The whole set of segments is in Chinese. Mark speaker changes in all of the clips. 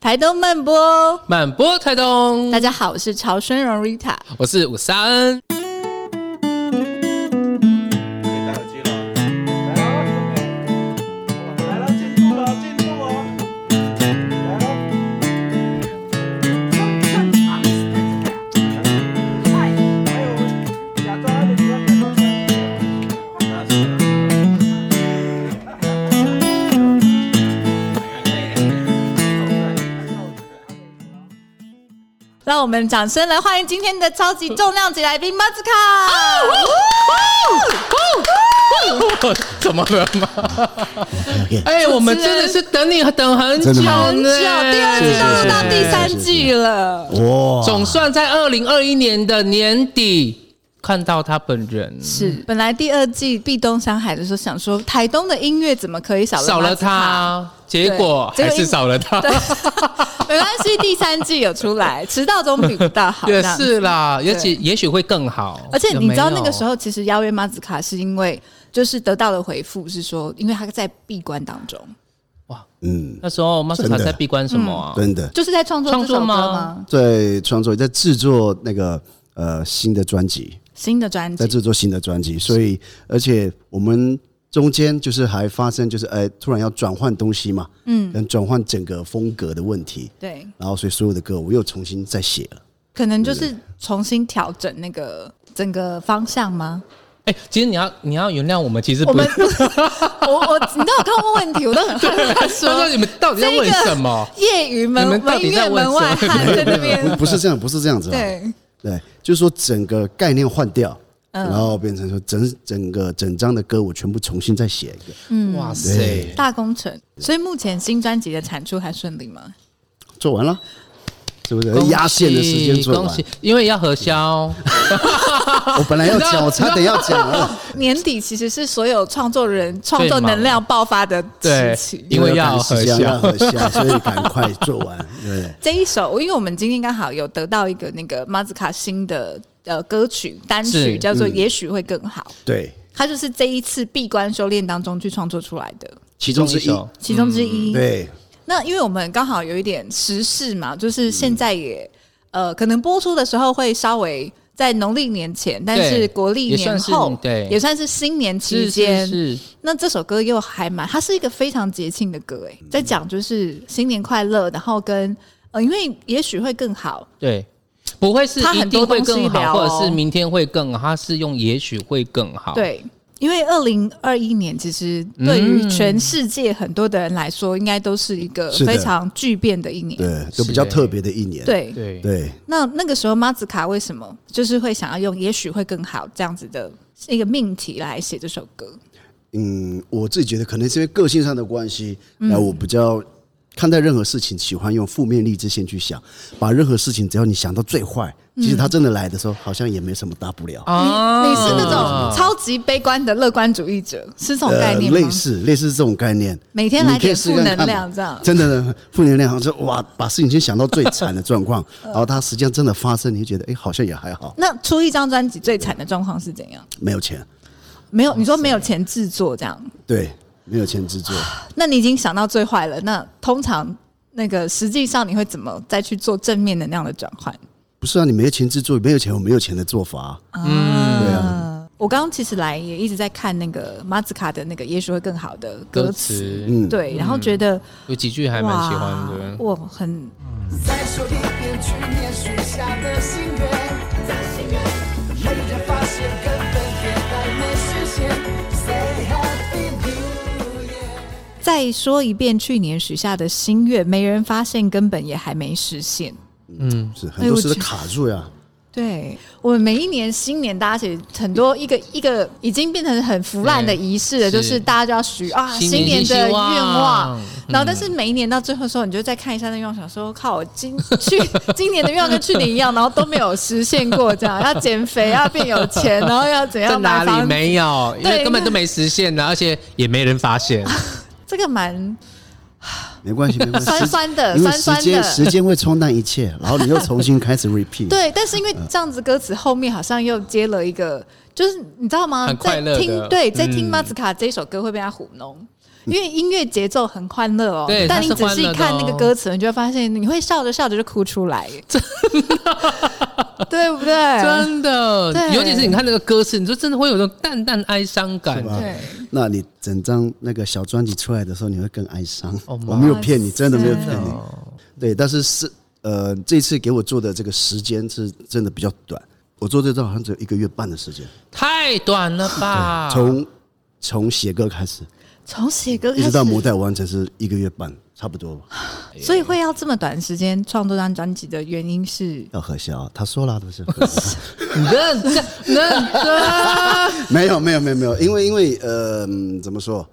Speaker 1: 台东慢播。
Speaker 2: 满播台东
Speaker 1: 大，家好，我是曹生荣 Rita。
Speaker 2: 我是五三恩。
Speaker 3: 可以戴耳机了。来了，OK，来了，进入了，进入哦。来了。还有假装安静，假装安静。那是。
Speaker 1: 让我们掌声来欢迎今天的超级重量级来宾马子卡。
Speaker 2: 怎么了吗？哎、我们真的是等你等很久
Speaker 4: 真的吗
Speaker 1: 很久，
Speaker 2: 呢
Speaker 1: 第二季都录到第三
Speaker 4: 是是是
Speaker 1: 季了。
Speaker 4: 哇，
Speaker 2: 总算在二零二一年的年底看到他本人，
Speaker 1: 是，本来第二季壁咚山海的时候，想说台东的音乐怎么可以少了
Speaker 2: 少了
Speaker 1: 马子卡？
Speaker 2: 他，结果
Speaker 1: 对
Speaker 2: 还是少了他。
Speaker 1: 对， 没关系，第三季有出来，迟到总比不到 好。
Speaker 2: 也
Speaker 1: 这样子
Speaker 2: 是啦，也许也许会更好。
Speaker 1: 而且
Speaker 2: 有
Speaker 1: 你
Speaker 2: 没
Speaker 1: 知道那个时
Speaker 2: 有，
Speaker 1: 候，其实邀约马子卡是因为就是得到的回复是说，因为他在闭关当中，
Speaker 4: 嗯，
Speaker 2: 那时候 m a s
Speaker 4: 真的嗯
Speaker 2: 在闭关什么啊？
Speaker 4: 真的
Speaker 1: 就是在创作
Speaker 2: 创
Speaker 1: 这首
Speaker 2: 作
Speaker 1: 歌
Speaker 2: 吗
Speaker 1: 吗？
Speaker 4: 在创作，在制作那个呃新的专辑，
Speaker 1: 新的专
Speaker 4: 在
Speaker 1: 辑
Speaker 4: 制作新的专辑，所以而且我们中间就是还发生就是哎、突然要转换东西嘛，嗯，跟转换整个风格的问题，
Speaker 1: 对，
Speaker 4: 然后所以所有的歌我又重新再写了。
Speaker 1: 可能就是重新调整那个整个方向吗？
Speaker 2: 哎、其实你要你要原谅我们，其实
Speaker 1: 我
Speaker 2: 不
Speaker 1: 们
Speaker 2: 是。
Speaker 1: 我我你知道我刚问问题，我都很害怕
Speaker 2: 他说
Speaker 1: 说
Speaker 2: 你们到底在问什么？？
Speaker 1: 业余门
Speaker 2: 你们到
Speaker 1: 门
Speaker 2: 底
Speaker 1: 乐
Speaker 2: 在问
Speaker 1: 门外
Speaker 2: 什么
Speaker 1: 汉在那
Speaker 4: 不
Speaker 1: 边
Speaker 4: 不是这样，不是这样子、哦，
Speaker 1: 对。
Speaker 4: 对，就是说整个概念换掉，然后变成说整整个整张的歌我全部重新再写一个，
Speaker 2: 哇塞
Speaker 4: 对！
Speaker 1: 大工程，所以目前新专辑的产出还顺利吗？
Speaker 4: 做完了，是不是
Speaker 2: 恭？喜
Speaker 4: 压线的时间做
Speaker 2: 恭
Speaker 4: 完
Speaker 2: 喜，，因为要核销，
Speaker 4: 我本来要
Speaker 2: 你知
Speaker 4: 讲，
Speaker 2: 道
Speaker 4: 我差点要讲了，
Speaker 1: 年底其实是所有创作人创作
Speaker 2: 最忙
Speaker 1: 能量爆发的时
Speaker 2: 对
Speaker 1: 期。
Speaker 2: 因为要
Speaker 4: 赶时间要核销，所以赶快做完，对不对？
Speaker 1: 这一首，因为我们今天刚好有得到一个那个马子卡新的呃歌曲单曲，
Speaker 2: 是嗯
Speaker 1: 叫做《也许会更好》，
Speaker 4: 对，
Speaker 1: 它就是这一次闭关修炼当中去创作出来的
Speaker 4: 其中之
Speaker 2: 其中一
Speaker 4: 一
Speaker 2: 首，
Speaker 1: 其中之
Speaker 2: 嗯
Speaker 1: 一。
Speaker 4: 对，
Speaker 1: 那因为我们刚好有一点时事嘛，就是现在也、呃，可能播出的时候会稍微在农历年前，但是国历
Speaker 2: 也
Speaker 1: 年
Speaker 2: 算是
Speaker 1: 后，
Speaker 2: 对
Speaker 1: 也算是新年期
Speaker 2: 是
Speaker 1: 间
Speaker 2: 是。是，
Speaker 1: 那这首歌又还蛮，它是一个非常节庆的歌，哎，在讲就是新年快乐，然后跟呃，因为也许会更好，
Speaker 2: 对，不会是
Speaker 1: 它
Speaker 2: 一
Speaker 1: 很多
Speaker 2: 定会
Speaker 1: 东西
Speaker 2: 更
Speaker 1: 聊
Speaker 2: 好，
Speaker 1: 哦
Speaker 2: 或者是明天会更好，它是用也许会更好。，
Speaker 1: 对。因为二零二一年，其实对于全世界很多的人来说，应该都是一个
Speaker 4: 是的
Speaker 1: 非常巨变的一年。
Speaker 4: 对，就比较
Speaker 2: 是
Speaker 4: 特别的一年，
Speaker 1: 对
Speaker 2: 对
Speaker 4: 对，
Speaker 1: 那那个时候，马子卡为什么就是会想要用“也许会更好”这样子的一个命题来写这首歌？
Speaker 4: 嗯，我自己觉得可能是因为个性上的关系，那我比较看待任何事情喜欢用负面励志线去想，把任何事情只要你想到最坏，其实它真的来的时候，好像也没什么大不了。
Speaker 2: 啊
Speaker 1: 你是那种超级悲观的乐观主义者，是这种哦概念吗？
Speaker 4: 呃类似类似这种概念，
Speaker 1: 每天来
Speaker 4: 你可以
Speaker 1: 点
Speaker 4: 试
Speaker 1: 负
Speaker 4: 看
Speaker 1: 能
Speaker 4: 看
Speaker 1: 量，
Speaker 4: 嘛
Speaker 1: 这样
Speaker 4: 真的呢负能量，好像是哇，把事情先想到最惨的状 况，
Speaker 1: 嗯
Speaker 4: 然后它实际上真的发生，你就觉得哎，好像也还好，
Speaker 1: 那出一张专辑最惨的状况是怎样？
Speaker 4: 没有钱，
Speaker 1: 没有，你说没有钱制作这样，
Speaker 4: 对，没有钱制作。
Speaker 1: 那你已经想到最坏了。那通常那个实际上你会怎么再去做正面能量的转换？
Speaker 4: 不是啊，你没有钱制作，没有钱有没有钱的做法啊、对啊，
Speaker 1: 我刚刚其实来也一直在看那个马子卡的那个“也许会更好”的歌
Speaker 2: 歌
Speaker 1: 词，
Speaker 2: 词，
Speaker 4: 嗯，
Speaker 1: 对，然后觉得、
Speaker 2: 有几句还蛮喜欢
Speaker 1: 哇
Speaker 2: 的。
Speaker 1: 我很
Speaker 5: 再说一遍去年许下的心愿，有人发现根本也还没实现。Say Happy New Year。
Speaker 1: 再说一遍去年许下的心愿，没人发现，根本也还没实现。
Speaker 4: 是
Speaker 1: 哎
Speaker 4: 很
Speaker 1: 我
Speaker 4: 多
Speaker 1: 觉
Speaker 4: 事都
Speaker 1: 得
Speaker 4: 卡住呀、
Speaker 1: 对我们每一年新年，大家其实很多一个一个已经变成很腐烂的仪式了，
Speaker 2: 对
Speaker 1: 就是
Speaker 2: 是
Speaker 1: 大家就要许啊
Speaker 2: 新
Speaker 1: 新年
Speaker 2: 年
Speaker 1: 的愿
Speaker 2: 希望
Speaker 1: 望
Speaker 2: 嗯，
Speaker 1: 然后但是每一年到最后的时候，你就再看一下那愿望，想说靠，我今去 今年的愿望跟去年一样，然后都没有实现过，这样要减肥，要变有钱，然后要怎
Speaker 2: 在
Speaker 1: 样
Speaker 2: 哪
Speaker 1: 买
Speaker 2: 里
Speaker 1: 房子
Speaker 2: 没有？因
Speaker 1: 对
Speaker 2: 为根本都没实现啊呢，而且也没人发现。
Speaker 1: 这个蛮
Speaker 4: 没关系，没关系，
Speaker 1: 酸酸的
Speaker 4: 因为
Speaker 1: 酸酸
Speaker 4: 时
Speaker 1: 的
Speaker 4: 间时间会冲淡一切，然后你又重新开始 repeat。，
Speaker 1: 对，但是因为这样子歌词后面好像又接了一个，就是你知道吗？
Speaker 2: 很快
Speaker 1: 在
Speaker 2: 乐的
Speaker 1: 听对，在听
Speaker 2: 嗯
Speaker 1: 马子卡这一首歌会被他糊弄，因为音乐节奏很欢乐哦
Speaker 2: 对，
Speaker 1: 但你
Speaker 2: 它是
Speaker 1: 仔
Speaker 2: 欢
Speaker 1: 细
Speaker 2: 乐的
Speaker 1: 看那个
Speaker 2: 哦
Speaker 1: 歌词，你就会发现你会笑着笑着就哭出 来，真的，对不对？
Speaker 2: 真的
Speaker 1: 对，
Speaker 2: 尤其是你看那个歌词，你说真的会有种淡淡哀伤感
Speaker 4: 是。吧
Speaker 1: 对，
Speaker 4: 那你整张那个小专辑出来的时候，你会更哀伤。
Speaker 2: 哦
Speaker 4: 我没有骗你，
Speaker 1: 哇塞
Speaker 4: 真的没有骗你。
Speaker 2: 哦
Speaker 4: 对，但是是呃，这次给我做的这个时间是真的比较短，我做这张好像只有一个月半的时间，
Speaker 2: 太短了吧？
Speaker 4: 从从写歌开始，
Speaker 1: 从写歌开
Speaker 4: 一直
Speaker 1: 始，
Speaker 4: 到母带完成哎是一个月半，差不多吧。
Speaker 1: 所以会要这么短时间创作这张专辑的原因是，
Speaker 4: 要核销，他说了都是核销。
Speaker 2: 认真认真，
Speaker 4: 没有没有没有没有，因为因为呃，嗯怎么说，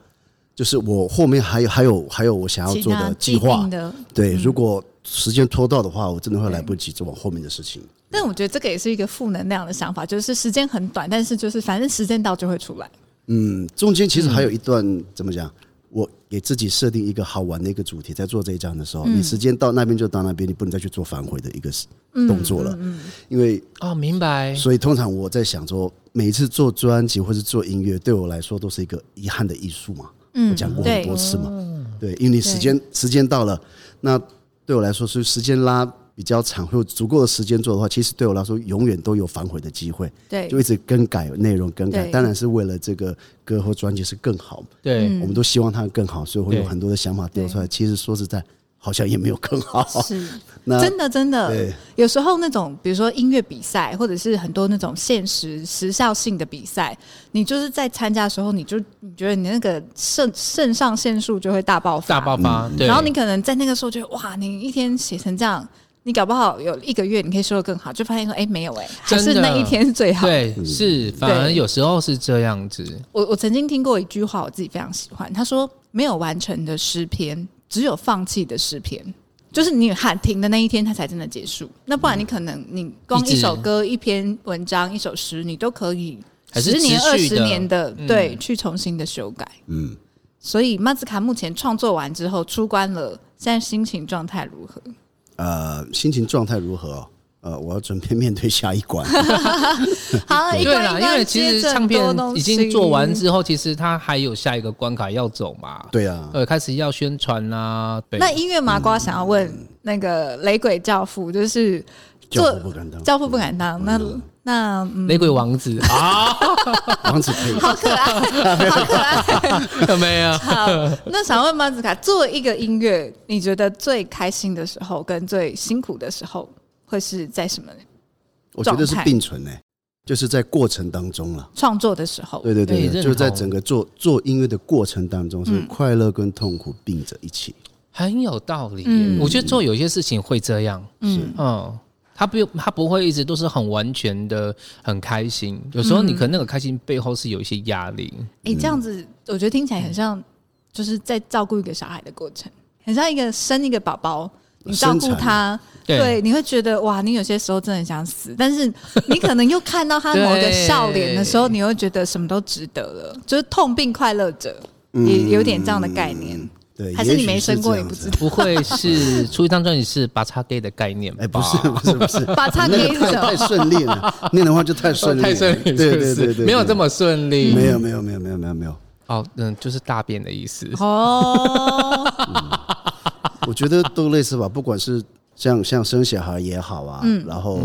Speaker 4: 就是我后面还有还有还有我想要做的嗯计
Speaker 1: 其他既
Speaker 4: 划
Speaker 1: 定的。
Speaker 4: 对，如果时间拖到的话，我真的会来不及做往后面的事情。
Speaker 1: 但我觉得这个也是一个负能量的想法，就是时间很短，但是就是反正时间到就会出来。
Speaker 4: 嗯，中间其实还有一段、怎么讲？我给自己设定一个好玩的一个主题，在做这一章的时候，你时间到那边就到那边，你不能再去做反悔的一个动作了，因为
Speaker 2: 哦，明白。
Speaker 4: 所以通常我在想说，每一次做专辑或是做音乐，对我来说都是一个遗憾的艺术嘛。我讲过很多次嘛，嗯对，因为你时间时间到了，那对我来说是时间拉比较长，会有足够的时间做的话，其实对我来说永远都有反悔的机会，
Speaker 1: 对
Speaker 4: 就一直更改内容，更改，
Speaker 1: 对
Speaker 4: 当然是为了这个歌或专辑是更好，
Speaker 2: 对，
Speaker 1: 嗯
Speaker 4: 我们都希望它更好，所以会有
Speaker 2: 对
Speaker 4: 很多的想法丢出来。其实说实在，好像也没有更好，
Speaker 1: 是，
Speaker 4: 哦那
Speaker 1: 真的真的
Speaker 4: 对，
Speaker 1: 有时候那种比如说音乐比赛，或者是很多那种限时时效性的比赛，你就是在参加的时候，你就你觉得你那个肾肾上腺素就会大爆发，
Speaker 2: 大爆发。对，
Speaker 1: 然后你可能在那个时候觉得哇，你一天写成这样，你搞不好有一个月你可以说的更好，就发现说哎、没有哎、还是
Speaker 2: 真的
Speaker 1: 那一天是最好。
Speaker 2: 对是，反而有时候是这样子。
Speaker 1: 我我曾经听过一句话，我自己非常喜欢，他说没有完成的诗篇，只有放弃的诗篇。就是你喊停的那一天，它才真的结束。那不然你可能你光一
Speaker 2: 嗯一直
Speaker 1: 首歌、一篇文章、一首诗，你都可以
Speaker 2: 还是
Speaker 1: 十年、二
Speaker 2: 持续
Speaker 1: 十
Speaker 2: 的
Speaker 1: 年的
Speaker 2: 嗯
Speaker 1: 对去重新的修改。嗯，所以马子卡目前创作完之后出关了，现在心情状态如何？
Speaker 4: 呃，心情状态如何哦？呃，我要准备面对下一 关。
Speaker 1: 好，一
Speaker 2: 对
Speaker 1: 关
Speaker 2: 啦，
Speaker 1: 一
Speaker 2: 因为
Speaker 1: 关
Speaker 2: 其
Speaker 1: 接
Speaker 2: 实
Speaker 1: 着
Speaker 2: 唱
Speaker 1: 很
Speaker 2: 片
Speaker 1: 多东西
Speaker 2: 已经做完之后，其实它还有下一个关卡要走嘛。，
Speaker 4: 对啊，
Speaker 2: 呃，开始要宣传啦。对
Speaker 1: 那音乐麻瓜想要问那个雷鬼教父，就是
Speaker 4: 教
Speaker 1: 做
Speaker 4: 父不敢当
Speaker 1: 教父不敢当。那那嗯，
Speaker 2: 雷鬼王子啊，
Speaker 4: 王子可以。
Speaker 1: 好可爱，好可爱。
Speaker 2: 有 没有？
Speaker 1: 好，那想问马子卡，作为一个音乐，你觉得最开心的时候跟最辛苦的时候会是在什么
Speaker 4: 我觉得是
Speaker 1: 状态
Speaker 4: 并存呢、就是在过程当中了。
Speaker 1: 创作的时候？
Speaker 4: 对对对
Speaker 2: 哎
Speaker 4: 对，
Speaker 2: 认
Speaker 4: 就在
Speaker 2: 同
Speaker 4: 整个做做音乐的过程当中，
Speaker 1: 嗯
Speaker 4: 是快乐跟痛苦并着一起。
Speaker 2: 很有道理耶。
Speaker 1: 嗯
Speaker 2: 我觉得做有些事情会这样。
Speaker 1: 嗯，
Speaker 2: 嗯，他不用，他不会一直都是很完全的很开心。有时候你可能那个开心背后是有一些压力。
Speaker 1: 哎、这样
Speaker 4: 嗯
Speaker 1: 子我觉得听起来很像，就是在照顾一个小孩的过程，很像一个生一个宝宝，你照顾
Speaker 4: 生产
Speaker 1: 他，
Speaker 2: 对
Speaker 1: 对，你会觉得哇，你有些时候真的很想死，但是你可能又看到他 某个笑脸的时候，
Speaker 2: 对
Speaker 1: 你会觉得什么都值得了，就是痛并快乐着，也有点这样的概念。
Speaker 4: 嗯对，
Speaker 1: 还是
Speaker 4: 也
Speaker 1: 你
Speaker 4: 许
Speaker 1: 没
Speaker 4: 是
Speaker 1: 生过
Speaker 4: 这
Speaker 1: 也
Speaker 4: 样
Speaker 1: 不
Speaker 4: 子
Speaker 1: 知道。
Speaker 2: 不会是出一张专辑是拔叉 gay 的概念吧？
Speaker 4: 哎，不是不是不是，
Speaker 1: 把叉
Speaker 4: 那
Speaker 1: 给
Speaker 4: 个
Speaker 1: 什
Speaker 4: 太太
Speaker 1: 么？
Speaker 4: 顺利 了，念的话就太顺利了，
Speaker 2: 哦太顺利，
Speaker 4: 对对
Speaker 2: 是
Speaker 4: 对
Speaker 2: 不是
Speaker 4: 对对，
Speaker 2: 没有这么嗯顺利。
Speaker 4: 没有没有没有没有没有没有，
Speaker 2: 哦，嗯，就是大便的意思。
Speaker 1: 哦，
Speaker 4: 我觉得都类似吧，不管是像像生小孩也好啊，
Speaker 1: 嗯
Speaker 4: 然后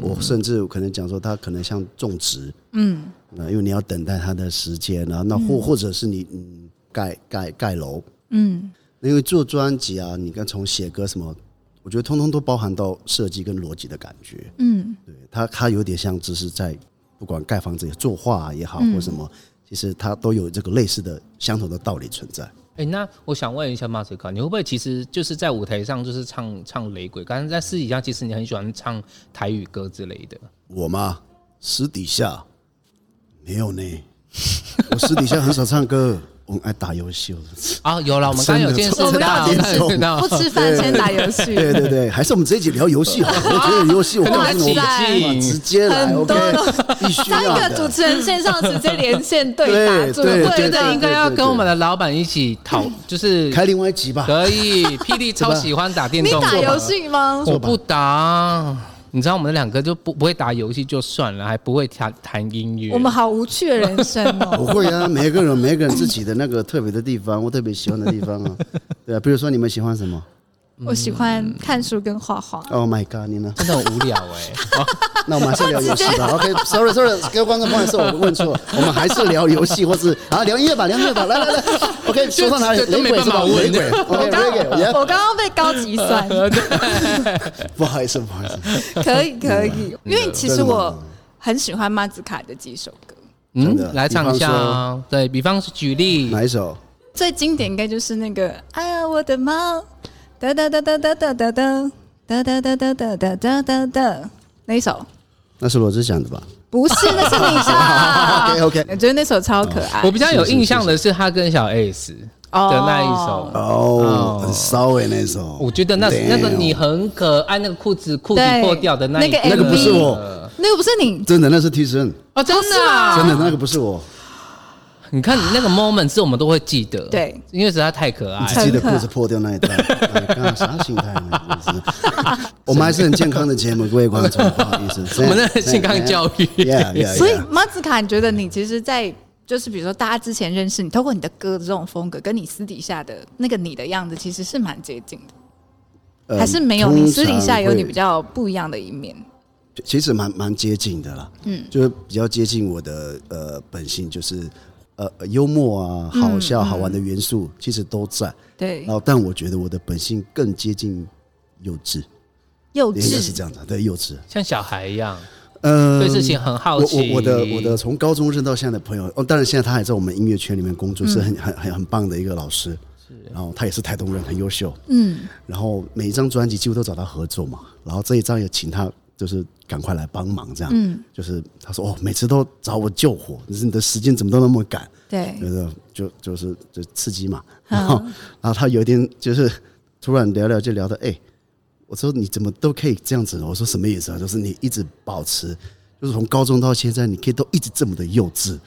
Speaker 4: 我甚至可能讲说，他可能像种植，嗯，因为你要等待它的时间啊，那或或者是你嗯盖盖盖楼，
Speaker 1: 嗯，
Speaker 4: 因为做专辑啊，你刚从写歌什么，我觉得通通都包含到设计跟逻辑的感觉，
Speaker 1: 嗯，
Speaker 4: 对，它它有点像只是在不管盖房子也作画啊也好
Speaker 1: 嗯
Speaker 4: 或什么，其实它都有这个类似的相同的道理存在。
Speaker 2: 哎、那我想问一下马水卡，你会不会其实就是在舞台上就是唱唱雷鬼？刚才在私底下，其实你很喜欢唱台语歌之类的。
Speaker 4: 我吗？私底下没有呢，我私底下很少唱歌， 我很爱打游戏。我
Speaker 2: 啊，有了，我们刚刚有见识
Speaker 1: 真的
Speaker 2: 到，
Speaker 1: 我们
Speaker 4: 刚有见识
Speaker 2: 到
Speaker 1: 不吃饭先打游戏，
Speaker 4: 对对对，还是我们这一集聊游戏好 了。我觉得游戏，我
Speaker 2: 啊
Speaker 4: 告诉你，
Speaker 2: 很
Speaker 4: 我
Speaker 2: 多
Speaker 4: 直接来
Speaker 1: 啊很
Speaker 4: ，OK，
Speaker 1: 多
Speaker 4: 必须
Speaker 1: 当
Speaker 4: 要
Speaker 1: 一个主
Speaker 4: 的。
Speaker 1: 持人线上直接连线对打，
Speaker 4: 对
Speaker 1: 做
Speaker 4: 对
Speaker 2: 我觉
Speaker 4: 对对
Speaker 2: 得应该要跟我们的老板一起讨，就是
Speaker 4: 开另外一集吧，
Speaker 2: 可以。霹雳超喜欢打电
Speaker 1: 你
Speaker 2: 动，
Speaker 1: 打游戏吗？
Speaker 2: 我不打，你知道我们两个就不不会打游戏就算了，还不会弹弹音乐。
Speaker 1: 我们好无趣的人生
Speaker 4: 不
Speaker 1: 哦。
Speaker 4: 会啊，每个人有每个人自己的那个特别的地方，或特别喜欢的地方啊。对啊，比如说你们喜欢什么
Speaker 2: 嗯
Speaker 1: 我喜欢看书跟画画。
Speaker 4: ？Oh my god，你呢？
Speaker 2: 真的很无聊哎、哦
Speaker 4: 那我们还是聊游戏 吧。OK，sorry，sorry，、各位观众，不好意思，我问错了，我们还是聊游戏，或是啊聊音乐吧，聊音乐吧。来来来，OK，说到哪里？
Speaker 2: 这这都
Speaker 4: 雷
Speaker 2: 没
Speaker 4: 鬼
Speaker 2: 办
Speaker 4: 是
Speaker 2: 法
Speaker 4: 吧？
Speaker 2: 问
Speaker 4: 雷鬼，OK，雷鬼
Speaker 1: 我
Speaker 4: ，yeah，
Speaker 1: 刚刚被高级 酸，
Speaker 4: 不好意思，不好意思。
Speaker 1: 可以可以，因为其实
Speaker 4: 真的
Speaker 1: 我很喜欢马子卡的几首歌，
Speaker 4: 真
Speaker 2: 嗯
Speaker 4: 的，
Speaker 2: 来唱一下
Speaker 4: 比
Speaker 2: 啊。对比方是举例，
Speaker 4: 哪一首？
Speaker 1: 最经典应该就是那个“哎呀我的猫”，哒哒哒哒哒哒哒哒哒哒哒哒哒哒哒哒哒那一首，
Speaker 4: 那是罗志祥的吧？
Speaker 1: 不是，那是你唱。
Speaker 4: OK，OK
Speaker 1: 我觉得那首超可爱
Speaker 2: 我比较有印象的是他跟小 S 的
Speaker 1: 哦欸
Speaker 2: 那一首。
Speaker 4: 哦，很骚诶，那首。
Speaker 2: 我觉得那
Speaker 4: Damn
Speaker 2: 那个你很可爱，那个裤子裤子
Speaker 1: 对
Speaker 2: 破掉的那一
Speaker 1: 那个 MV 那个不
Speaker 4: 是我
Speaker 2: 呃
Speaker 1: 那个不是你，
Speaker 4: 真的，那是替身，
Speaker 2: 哦，真的啊
Speaker 4: 真的那个不是我，
Speaker 2: 你看你那个 moment 是我们都会记得，
Speaker 1: 对，
Speaker 2: 因为实在太可爱
Speaker 4: 你
Speaker 2: 了。
Speaker 4: 自己的裤子破掉那一段，哎刚刚啥心态呢？真是 我们还是很健康的节目，各位观众，不好意思，
Speaker 2: 我们的健康教育
Speaker 4: Yeah, yeah, yeah.
Speaker 1: 所以马子卡，你觉得你其实，在就是比如说大家之前认识你，透过你的歌的这种风格，跟你私底下的那个你的样子，其实是蛮接近的，
Speaker 4: 呃
Speaker 1: 还是没有？你私底下有你
Speaker 4: 通常会
Speaker 1: 比较不一样的一面。
Speaker 4: 其实蛮蛮接近的啦，嗯，就是比较接近我的呃本性，就是呃幽默啊、好笑、好玩的元
Speaker 1: 嗯
Speaker 4: 素其实都在，
Speaker 1: 对
Speaker 4: 然，后但我觉得我的本性更接近幼稚，
Speaker 1: 幼
Speaker 4: 应该是
Speaker 1: 稚
Speaker 4: 这样子，啊对幼稚，
Speaker 2: 像小孩一样，
Speaker 4: 呃，
Speaker 2: 对事情很好
Speaker 4: 我
Speaker 2: 奇。
Speaker 4: 我我的我的从高中认到现在的朋友，哦，当然现在他还在我们音乐圈里面工作，是很很很很棒的一个老师。然后他嗯也是台东人，很优秀。嗯。然后每一张专辑几乎都找他合作嘛，然后这一张也请他就是赶快来帮忙，这样。嗯。就是他说哦，每次都找我救火，就是你的时间怎么都那么赶。
Speaker 1: 对
Speaker 4: 就是就就是就刺激嘛。
Speaker 1: 嗯
Speaker 4: 然后然后他有一天就是突然聊聊就聊到，哎、我说你怎么都可以这样子？我说什么意思啊？就是你一直保持，就是从高中到现在，你可以都一直这么的幼稚。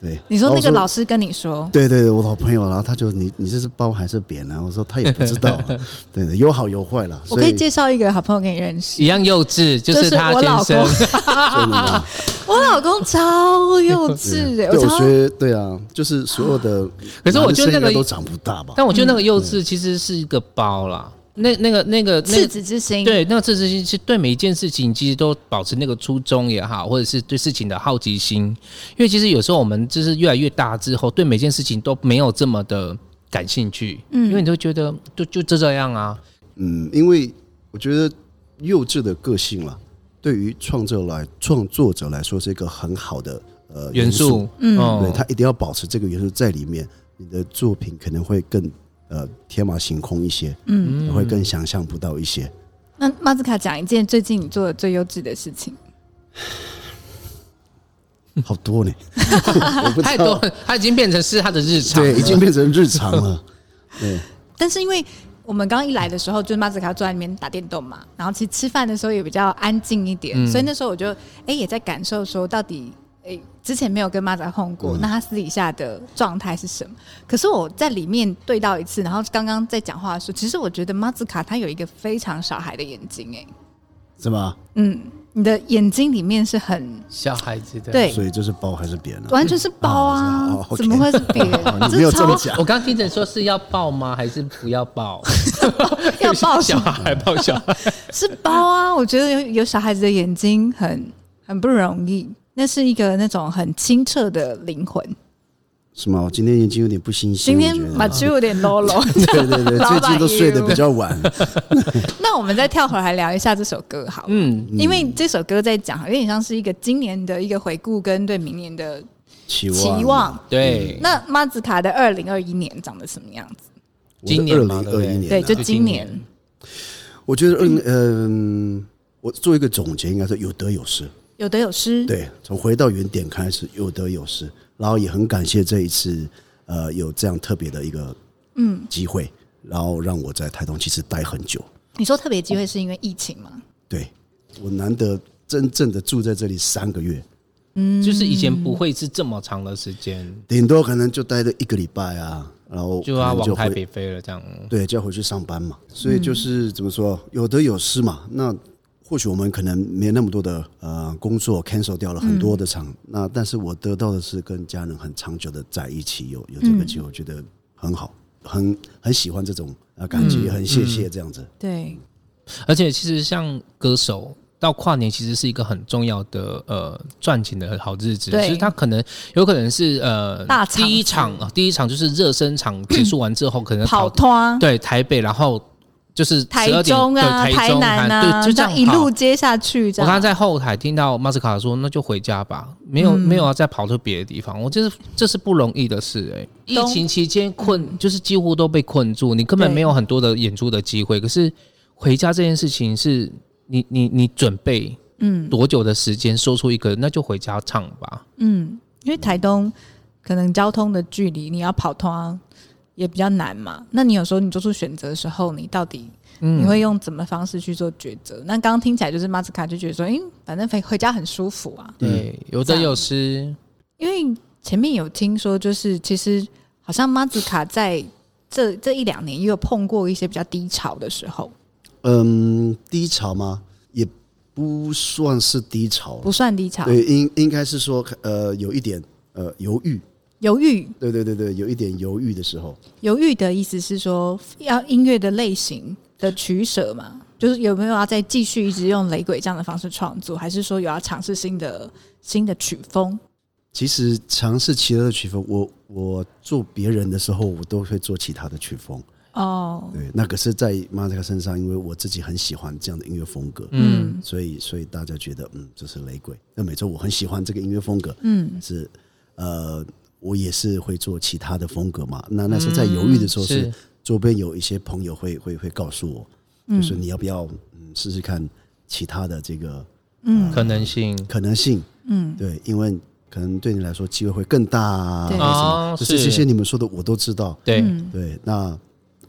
Speaker 4: 对，
Speaker 1: 你说
Speaker 4: 然后
Speaker 1: 那
Speaker 4: 我
Speaker 1: 个老师跟你说，
Speaker 4: 对对对，我老朋友，然后他就你你这是包还是扁呢？我说他也不知 道啊、对对，有好有坏啦。
Speaker 1: 我可以
Speaker 4: 所
Speaker 1: 介绍一个好朋友给你认识
Speaker 2: 一，样幼稚，就
Speaker 1: 就是
Speaker 2: 他
Speaker 1: 我老
Speaker 2: 天
Speaker 1: 公
Speaker 2: 生。。
Speaker 1: 啊我老公超幼 稚哎、
Speaker 4: 对，
Speaker 1: 我
Speaker 4: 我
Speaker 1: 超
Speaker 4: 觉得对啊，就是所有的，
Speaker 2: 可是我觉得那个
Speaker 4: 男生应该都长不大吧。
Speaker 2: 但我觉得那个幼稚其实是一个包啦，那那个那个那
Speaker 1: 赤
Speaker 2: 个。
Speaker 1: 子之心。
Speaker 2: 对，那个赤子之心是对每一件事情其实都保持那个初衷也好，或者是对事情的好奇心，因为其实有时候我们就是越来越大之后，对每件事情都没有这么的感兴趣，嗯，因为你都觉得就就就这样啊，
Speaker 4: 嗯，因为我觉得幼稚的个性啦，对于创作来创作者来说是一个很好的呃
Speaker 2: 元素，嗯，
Speaker 4: 对他一定要保持这个元素在里面，你的作品可能会更呃天马行空一些，嗯，会更想象不到一些。
Speaker 1: 那马子卡讲一件最近你做的最幼稚的事情，
Speaker 4: 好 多呢，我不
Speaker 2: 嗯太
Speaker 4: 知
Speaker 2: 多
Speaker 4: 道，，
Speaker 2: 他已经变成是他的日常了，
Speaker 4: 对，已经变成日常了。 对，
Speaker 1: 但是因为我们刚一来的时候，就是马子卡坐在那边打电动嘛，然后其实吃饭的时候也比较安静一点，
Speaker 4: 嗯
Speaker 1: 所以那时候我就哎、也在感受说到底。哎，之前没有跟马仔碰过，
Speaker 4: 嗯
Speaker 1: 那他私底下的状态是什么？可是我在里面对到一次，然后刚刚在讲话的时候，其实我觉得马子卡他有一个非常小孩的眼睛、哎，
Speaker 4: 是吧？
Speaker 1: 嗯，你的眼睛里面是很
Speaker 2: 小孩子的。
Speaker 1: 对，
Speaker 4: 所以就是包还是扁了。
Speaker 1: 完全是包
Speaker 4: 啊
Speaker 1: 啊，
Speaker 4: 我知
Speaker 1: 怎
Speaker 4: 道
Speaker 1: 么
Speaker 4: 哦
Speaker 1: 会是别人？
Speaker 4: 你没有这么
Speaker 1: 超
Speaker 4: 讲
Speaker 2: 我刚听着说是要抱吗，还是不要抱？
Speaker 1: 要抱什
Speaker 2: 小
Speaker 1: 么
Speaker 2: 孩，抱小孩。
Speaker 1: 是包啊！我觉得有有小孩子的眼睛很很不容易，那是一个那种很清澈的灵魂。
Speaker 4: 是吗？我今天眼睛有点不新鲜，
Speaker 1: 今天
Speaker 4: 我觉得
Speaker 1: 马秋有点 low low，
Speaker 4: 对对 对，
Speaker 1: 老
Speaker 4: 最
Speaker 1: 板
Speaker 4: 近都睡得
Speaker 1: 也
Speaker 4: 比较晚。
Speaker 1: 那我们再跳回来聊一下这首歌好了，
Speaker 2: 嗯，
Speaker 1: 因为这首歌在讲有点像是一个今年的一个回顾跟对明年的
Speaker 4: 期
Speaker 1: 期望。
Speaker 2: 嗯对，
Speaker 1: 那马子卡的二零二一年长得什么样子？
Speaker 2: 今年
Speaker 4: 二
Speaker 2: 嘛
Speaker 4: 零
Speaker 2: 对不
Speaker 4: 二
Speaker 2: 对
Speaker 4: 一年、
Speaker 1: 对，
Speaker 4: 啊，
Speaker 1: 就
Speaker 2: 就
Speaker 1: 今
Speaker 2: 今
Speaker 1: 年
Speaker 2: 年。
Speaker 4: 我觉得二零嗯、我做一个总结，应该说有得有失。
Speaker 1: 有得有失，
Speaker 4: 对，从回到原点开始，有得有失，然后也很感谢这一次呃有这样特别的一个嗯机会，然后让我在台东其实待很久。
Speaker 1: 你说特别机会是因为疫情吗？
Speaker 4: 对我难得真正的住在这里三个月，
Speaker 2: 就是以前不会是这么长的时间，
Speaker 4: 顶多可能就待了一个礼拜啊，然后
Speaker 2: 就要
Speaker 4: 可能
Speaker 2: 往
Speaker 4: 回
Speaker 2: 台北飞了这样。
Speaker 1: 嗯
Speaker 4: 对，就要回去上班嘛。所以就是、怎么说，有得有失嘛。那或许我们可能没那么多的呃工作 cancel 掉了很多
Speaker 1: 嗯
Speaker 4: 的场，那但是我得到的是跟家人很长久的在一起，有有这
Speaker 1: 嗯
Speaker 4: 个机会，我觉得很好，很很喜欢这种呃感
Speaker 1: 嗯
Speaker 4: 觉，也很谢谢这样子。
Speaker 1: 对，
Speaker 2: 而且其实像歌手到跨年其实是一个很重要的呃赚钱的好日子，
Speaker 1: 对
Speaker 2: 其实他可能有可能是呃
Speaker 1: 大场
Speaker 2: 第一场呃第一场就是热身场结束完之后，可能
Speaker 1: 跑团。
Speaker 2: 对台北，然后就是
Speaker 1: 台
Speaker 2: 12点
Speaker 1: 中啊，
Speaker 2: 对台
Speaker 1: 台
Speaker 2: 中
Speaker 1: 南
Speaker 2: 对
Speaker 1: 啊，
Speaker 2: 就
Speaker 1: 这
Speaker 2: 这
Speaker 1: 样
Speaker 2: 样
Speaker 1: 一路
Speaker 2: 跑。
Speaker 1: 接下去，这
Speaker 2: 我刚刚
Speaker 1: 样
Speaker 2: 在后台听到马斯卡说，那就回家吧，没
Speaker 1: 嗯
Speaker 2: 有、没有要再跑去别的地方。我这是这是不容易的事哎、疫
Speaker 1: 都
Speaker 2: 情期间困就是几乎都被困住，你根本
Speaker 1: 嗯对
Speaker 2: 没有很多的演出的机会。可是回家这件事情是你你你准备
Speaker 1: 嗯
Speaker 2: 多久的时间说出一个那就回家唱吧？
Speaker 1: 嗯，因为台东可能交通的距离，你要跑团也比较难嘛。那你有时候你做出选择的时候，你到底
Speaker 2: 嗯
Speaker 1: 你会用怎么方式去做抉择？那刚刚听起来就是马斯卡就觉得说，诶，反正回回家很舒服啊，
Speaker 4: 嗯
Speaker 2: 对，有得有失，
Speaker 1: 因为前面有听说，就是其实好像马子卡在这这一两年也有碰过一些比较低潮的时候，
Speaker 4: 嗯，低潮吗？也不算是低潮
Speaker 1: 不，算低潮，
Speaker 4: 对，应应该是说呃有一点呃犹豫，
Speaker 1: 犹豫。
Speaker 4: 对对对对，有一点犹豫的时候。
Speaker 1: 犹豫的意思是说，要音乐的类型的取舍嘛，就是有没有要再继续一直用雷鬼这样的方式创作，还是说有要尝试新的新的曲风？
Speaker 4: 其实尝试其他的曲风，我我做别人的时候，我都会做其他的曲风。
Speaker 1: 哦，
Speaker 4: 对，那可是，在马扎克身上，因为我自己很喜欢这样的音乐风格，
Speaker 1: 嗯
Speaker 4: 所以所以大家觉得，嗯，这是雷鬼。那每周我很喜欢这个音乐风格，
Speaker 1: 嗯，
Speaker 4: 是呃，我也是会做其他的风格嘛。那那时候在犹豫的时候，是
Speaker 2: 嗯是
Speaker 4: 周边有一些朋友会会会告诉我，
Speaker 1: 嗯
Speaker 4: 就说你要不要嗯试试看其他的这个
Speaker 2: 可能性。
Speaker 4: 可能性？
Speaker 1: 嗯，
Speaker 4: 对，因为可能对你来说机会会更大啊。
Speaker 1: 对
Speaker 4: 或者什么
Speaker 2: 哦
Speaker 4: 就是
Speaker 2: 是
Speaker 4: 这些你们说的我都知道。
Speaker 2: 对，
Speaker 1: 嗯
Speaker 4: 对，那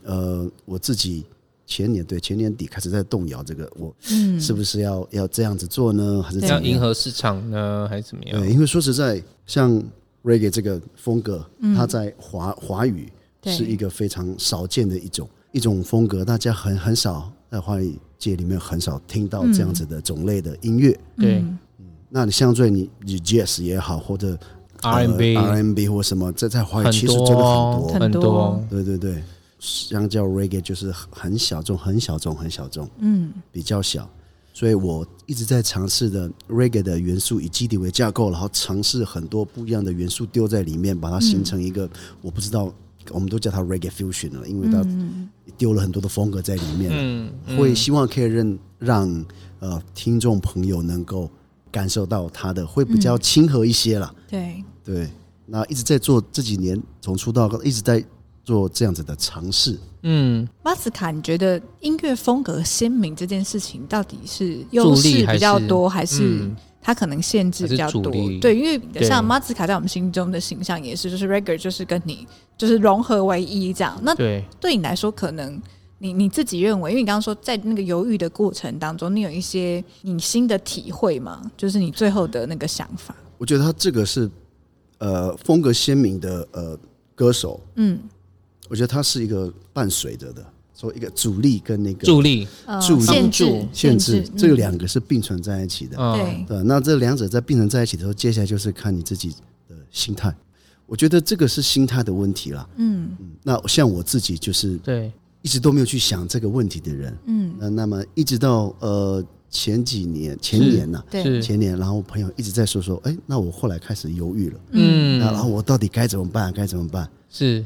Speaker 4: 呃，我自己前年对前年底开始在动摇这个，我
Speaker 1: 嗯
Speaker 4: 是不是要要这样子做呢？还是怎
Speaker 2: 要
Speaker 4: 么
Speaker 2: 迎
Speaker 4: 样？
Speaker 2: 合市场呢，还是怎么样？
Speaker 4: 对，因为说实在，像 reggae 这个风格，它在华华语
Speaker 1: 嗯对
Speaker 4: 是一个非常少见的一种一种风格，大家很很少在华语界里面很少听到
Speaker 1: 嗯
Speaker 4: 这样子的种类的音乐。
Speaker 2: 对
Speaker 4: 那你像最你你 jazz 也好，或者
Speaker 2: R&B
Speaker 4: R&B 或什么，在在华语
Speaker 2: 很
Speaker 4: 其实
Speaker 2: 多
Speaker 4: 真的很多，
Speaker 1: 很
Speaker 2: 很
Speaker 1: 多
Speaker 4: 对对对，相较 reggae 就是很小众、很小众、很小众，
Speaker 1: 嗯
Speaker 4: 比较小。所以我一直在尝试的 reggae 的元素以基底为架构，然后尝试很多不一样的元素丢在里面，把它形成一个、我不知道，我们都叫它 reggae fusion 了，因为它丢了很多的风格在里面了。
Speaker 2: 嗯，
Speaker 4: 会希望可以让让呃听众朋友能够感受到它的，会比较亲和一些啦。
Speaker 1: 对，
Speaker 4: 对，那一直在做这几年从出道一直在做这样子的尝试。
Speaker 2: 嗯，
Speaker 1: 马斯卡，你觉得音乐风格鲜明这件事情到底是优势比较多，还是
Speaker 2: 嗯
Speaker 1: 它可能限制比较多
Speaker 2: 还是阻力？
Speaker 1: 对，因为像
Speaker 2: 对
Speaker 1: 马斯卡在我们心中的形象也是，就是 reggae 就是跟你就是融合为一这样。那
Speaker 2: 对，
Speaker 1: 对你来说，可能你你自己认为，因为你刚刚说在那个犹豫的过程当中，你有一些你新的体会嘛，就是你最后的那个想法。
Speaker 4: 我觉得他这个是呃风格鲜明的呃歌手，
Speaker 1: 嗯，
Speaker 4: 我觉得他是一个伴随着的，说一个主力跟那个
Speaker 2: 助力，
Speaker 1: 呃
Speaker 4: 助力
Speaker 1: 限制
Speaker 4: 限制，
Speaker 1: 嗯啊
Speaker 4: 这两个是并存在一起的。
Speaker 2: 嗯，
Speaker 1: 对，
Speaker 4: 对，那这两者在并存在一起的时候，接下来就是看你自己的心态。我觉得这个是心态的问题啦。
Speaker 1: 嗯
Speaker 4: 那像我自己就是
Speaker 2: 对，
Speaker 4: 一直都没有去想这个问题的人。
Speaker 1: 嗯，
Speaker 4: 那那么一直到呃前几年前年呐、
Speaker 1: 对，
Speaker 2: 是
Speaker 4: 前年，然后我朋友一直在说说，哎，那我后来开始犹豫了，
Speaker 2: 음,
Speaker 4: 那然
Speaker 2: 嗯，
Speaker 4: 后我到底该怎么办？该怎么办？
Speaker 2: 是，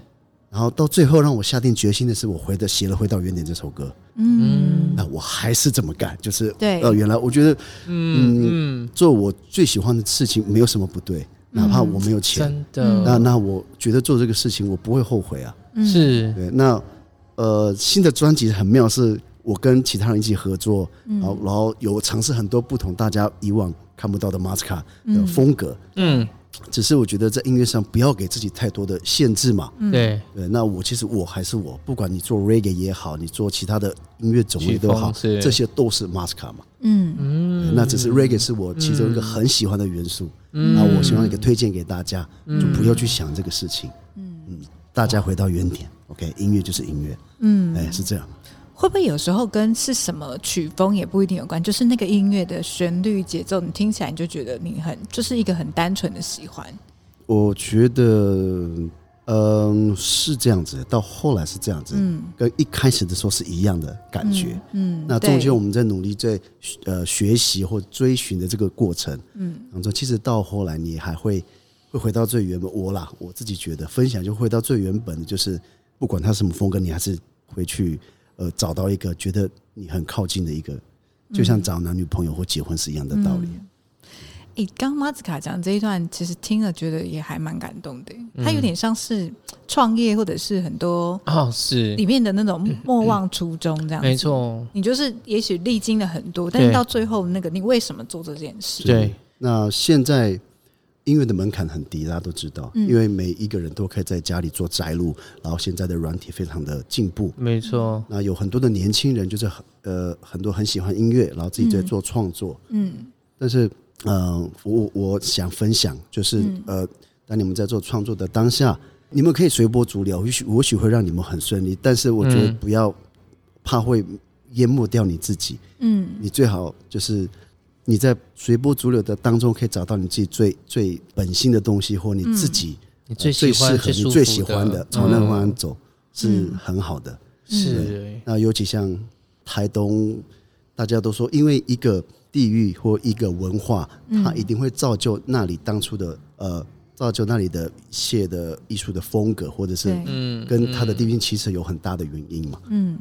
Speaker 4: 然后到最后让我下定决心的是，我回的写了《回到原点》这首歌，
Speaker 1: 嗯
Speaker 4: 那我还是这么干，就是
Speaker 1: 对
Speaker 4: 呃，原来我觉得
Speaker 2: 嗯嗯，嗯
Speaker 4: 做我最喜欢的事情没有什么不对，哪怕我没有钱，
Speaker 2: 真
Speaker 4: 那
Speaker 2: 的，
Speaker 4: 那我觉得做这个事情我不会后悔啊。
Speaker 1: 嗯
Speaker 2: 是，
Speaker 4: 对，那呃，新的专辑很妙，是我跟其他人一起合作，然后然后有尝试很多不同大家以往看不到的 Masca 的风格。
Speaker 2: 嗯，
Speaker 4: 只是我觉得在音乐上不要给自己太多的限制嘛。
Speaker 2: 对，
Speaker 4: 对，那我其实我还是我，不管你做 reggae 也好，你做其他的音乐种类
Speaker 2: 曲
Speaker 4: 都好，
Speaker 2: 风是
Speaker 4: 这些都是 Masca 嘛。
Speaker 1: 嗯
Speaker 4: 对
Speaker 2: 嗯，
Speaker 4: 那只是 reggae 是我其中一个很喜欢的元素，那、我希望也推荐给大家，
Speaker 2: 嗯
Speaker 4: 就不要去想这个事情，嗯大家回到原点，OK，音乐就是音乐，
Speaker 1: 嗯
Speaker 4: 哎，是这样，
Speaker 1: 会不会有时候跟是什么曲风也不一定有关？就是那个音乐的旋律节奏，你听起来你就觉得你很就是一个很单纯的喜欢。
Speaker 4: 我觉得，嗯、是这样子，到后来是这样子，跟一开始的时候是一样的感觉。
Speaker 1: 嗯，
Speaker 4: 那
Speaker 1: 对
Speaker 4: 中间我们在努力在呃学习或追寻的这个过程，嗯，然后其实到后来你还会会回到最原本我啦，我自己觉得分享就回到最原本的，就是不管它什么风格，你还是回去呃找到一个觉得你很靠近的一个，就像找男女朋友或结婚是一样的道理。
Speaker 1: 诶，刚刚马子卡讲这一段，其实听了觉得也还蛮感动的。它有点像是创业，或者是很多
Speaker 2: 哦，是
Speaker 1: 里面的那种莫忘初衷这样子。
Speaker 2: 没，错，
Speaker 1: 你就是也许历经了很多，但是
Speaker 2: 对
Speaker 1: 到最后那个你为什么做这件事？
Speaker 2: 对，
Speaker 4: 那现在音乐的门槛很低，大家都知道，因为每一个人都可以在家里做摘录，然后现在的软体非常的进步。
Speaker 2: 没错，
Speaker 4: 那有很多的年轻人就是很呃很多很喜欢音乐，然后自己在做创作。
Speaker 1: 嗯
Speaker 4: 但是，呃，我我想分享就是、呃，当你们在做创作的当下，你们可以随波逐流，也许或许会让你们很顺利，但是我觉得
Speaker 2: 嗯
Speaker 4: 不要怕会淹没掉你自己。
Speaker 1: 嗯
Speaker 4: 你最好就是你在随波逐流的当中，可以找到你自己最最本心的东西，或你自己、
Speaker 2: 你
Speaker 4: 呃
Speaker 2: 最喜欢、
Speaker 4: 最适合
Speaker 2: 舒
Speaker 4: 你
Speaker 2: 服
Speaker 4: 最喜欢的
Speaker 2: 的，，
Speaker 4: 朝那
Speaker 2: 嗯
Speaker 4: 个方向走、是很好的。
Speaker 2: 是，
Speaker 4: 那尤其像台东，大家都说，因为一个地域或一个文化，它一定会造就那里当初的呃，造就那里的一切的艺术的风格，或者是
Speaker 1: 对
Speaker 2: 嗯，
Speaker 4: 跟它的地域其实有很大的原因嘛。
Speaker 1: 嗯。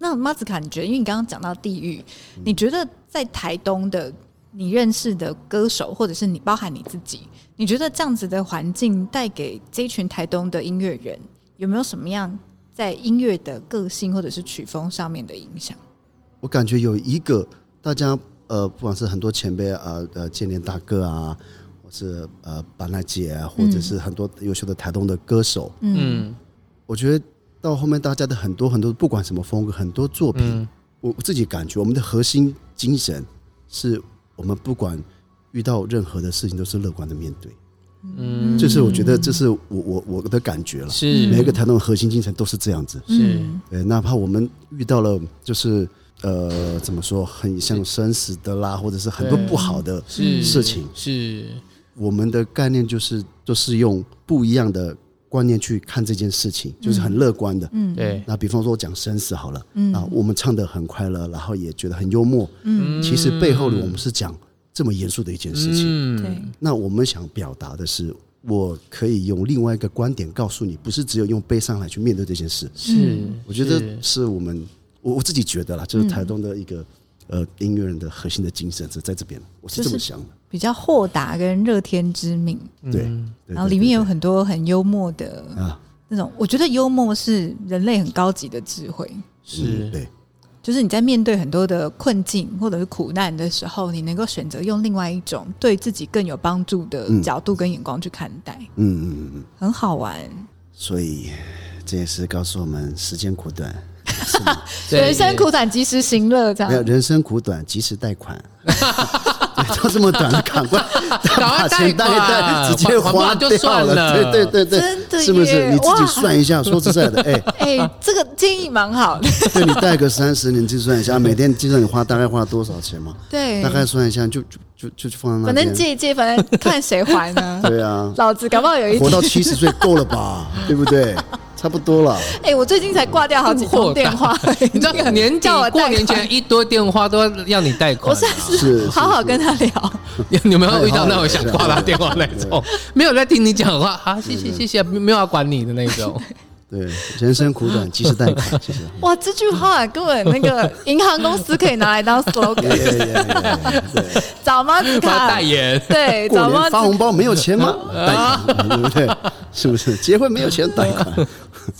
Speaker 1: 那马子卡，你觉得，因为你刚刚讲到地域，你觉得在台东的你认识的歌手，或者是你包含你自己，你觉得这样子的环境带给这一群台东的音乐人有没有什么样在音乐的个性或者是曲风上面的影响？
Speaker 4: 我感觉有一个大家呃，不管是很多前辈啊，呃，建联大哥啊，或是呃板纳姐啊，或者是很多优秀的台东的歌手，
Speaker 2: 嗯，
Speaker 4: 我觉得到后面大家的很多很多，不管什么风格，很多作品，
Speaker 2: 嗯
Speaker 4: 我我自己感觉我们的核心精神是我们不管遇到任何的事情都是乐观的面对，
Speaker 2: 嗯，
Speaker 4: 这、是我觉得这是我我我的感觉了。
Speaker 2: 是
Speaker 4: 每一个台东的核心精神都是这样子，
Speaker 2: 是
Speaker 4: 对，呃哪怕我们遇到了就是呃怎么说，很像生死的啦，或者是很多
Speaker 2: 对
Speaker 4: 不好的
Speaker 2: 是
Speaker 4: 事情，
Speaker 2: 是
Speaker 4: 我们的概念就是都、是用不一样的观念去看这件事情，就是很乐观的。
Speaker 1: 嗯，
Speaker 2: 对，
Speaker 4: 那比方说我讲生死好了，
Speaker 2: 嗯
Speaker 4: 啊，我们唱的很快乐，然后也觉得很幽默，
Speaker 1: 嗯
Speaker 4: 其实背后呢，我们是讲这么严肃的一件事情。
Speaker 1: 对
Speaker 2: 嗯，，
Speaker 4: 那我们想表达的是，我可以用另外一个观点告诉你，不是只有用悲伤来去面对这件事。
Speaker 2: 是，
Speaker 4: 我觉得是我们，我我自己觉得啦，就是台东的一个、呃音乐人的核心的精神是在这边，我是这么想的。
Speaker 1: 比较豁达跟乐天知命，
Speaker 4: 对，
Speaker 2: 음.
Speaker 4: 对
Speaker 1: 然后里面有
Speaker 4: 对
Speaker 1: 很多很幽默的
Speaker 4: 对啊，
Speaker 1: 那种，我觉得幽默是人类很高级的智慧。
Speaker 4: 嗯
Speaker 2: 是，
Speaker 4: 对，
Speaker 1: 就是你在面对很多的困境或者是苦难的时候，你能够选择用另外一种对自己更有帮助的角度跟眼光去看待，
Speaker 4: 嗯嗯嗯嗯，
Speaker 1: 很好玩。
Speaker 4: 所以这也是告诉我们时间苦短，
Speaker 2: 对
Speaker 1: 人生苦短，及时行乐，这
Speaker 4: 没有
Speaker 1: 样。
Speaker 4: 人生苦短，及时贷款。对，都这么短，赶快把钱贷一贷，直接花
Speaker 2: 还不完就
Speaker 4: 掉
Speaker 2: 算了
Speaker 4: 对对对对，
Speaker 1: 真的
Speaker 4: 是不是？
Speaker 1: 耶
Speaker 4: 你自己
Speaker 1: 哇
Speaker 4: 算一下，说实在的，哎，
Speaker 1: 哎、这个建议蛮好的。
Speaker 4: 对你贷个三十，你计算一下，每天计算你花大概花多少钱嘛？
Speaker 1: 对
Speaker 4: 大，概算一下，就就就就放在
Speaker 1: 反正
Speaker 4: 那边。。
Speaker 1: 借一借，反正看谁还呢
Speaker 4: 对啊，
Speaker 1: 老子搞不好有一
Speaker 4: 活
Speaker 1: 天，
Speaker 4: 到七十岁够 了吧？对不对？差不多了。
Speaker 1: 哎、我最近才挂掉好几
Speaker 2: 豁
Speaker 1: 通
Speaker 2: 达
Speaker 1: 电话，
Speaker 2: 你知道年底
Speaker 1: 叫我贷
Speaker 2: 过年
Speaker 1: 款
Speaker 2: 前一堆电话都要要你贷
Speaker 1: 我
Speaker 2: 款啊，
Speaker 1: 下次
Speaker 4: 是是
Speaker 1: 好好跟他聊。
Speaker 2: 你有没有遇到那种想挂他电话那 种？没有在听你讲话，好，谢谢谢谢，没有要管你的那 种。
Speaker 4: 对，人生苦 短，及时贷款，其实。
Speaker 1: 哇，这句话根本那个银行公司可以拿来当 slogan，
Speaker 4: 对对
Speaker 1: 哎
Speaker 4: 对对
Speaker 1: 找妈子
Speaker 2: 我要
Speaker 1: 卡
Speaker 2: 代言，
Speaker 1: 对，
Speaker 4: 过
Speaker 1: 找妈
Speaker 4: 年
Speaker 1: 子
Speaker 4: 发红包没有钱吗？贷款，对不对？是不是？结婚没有钱贷款，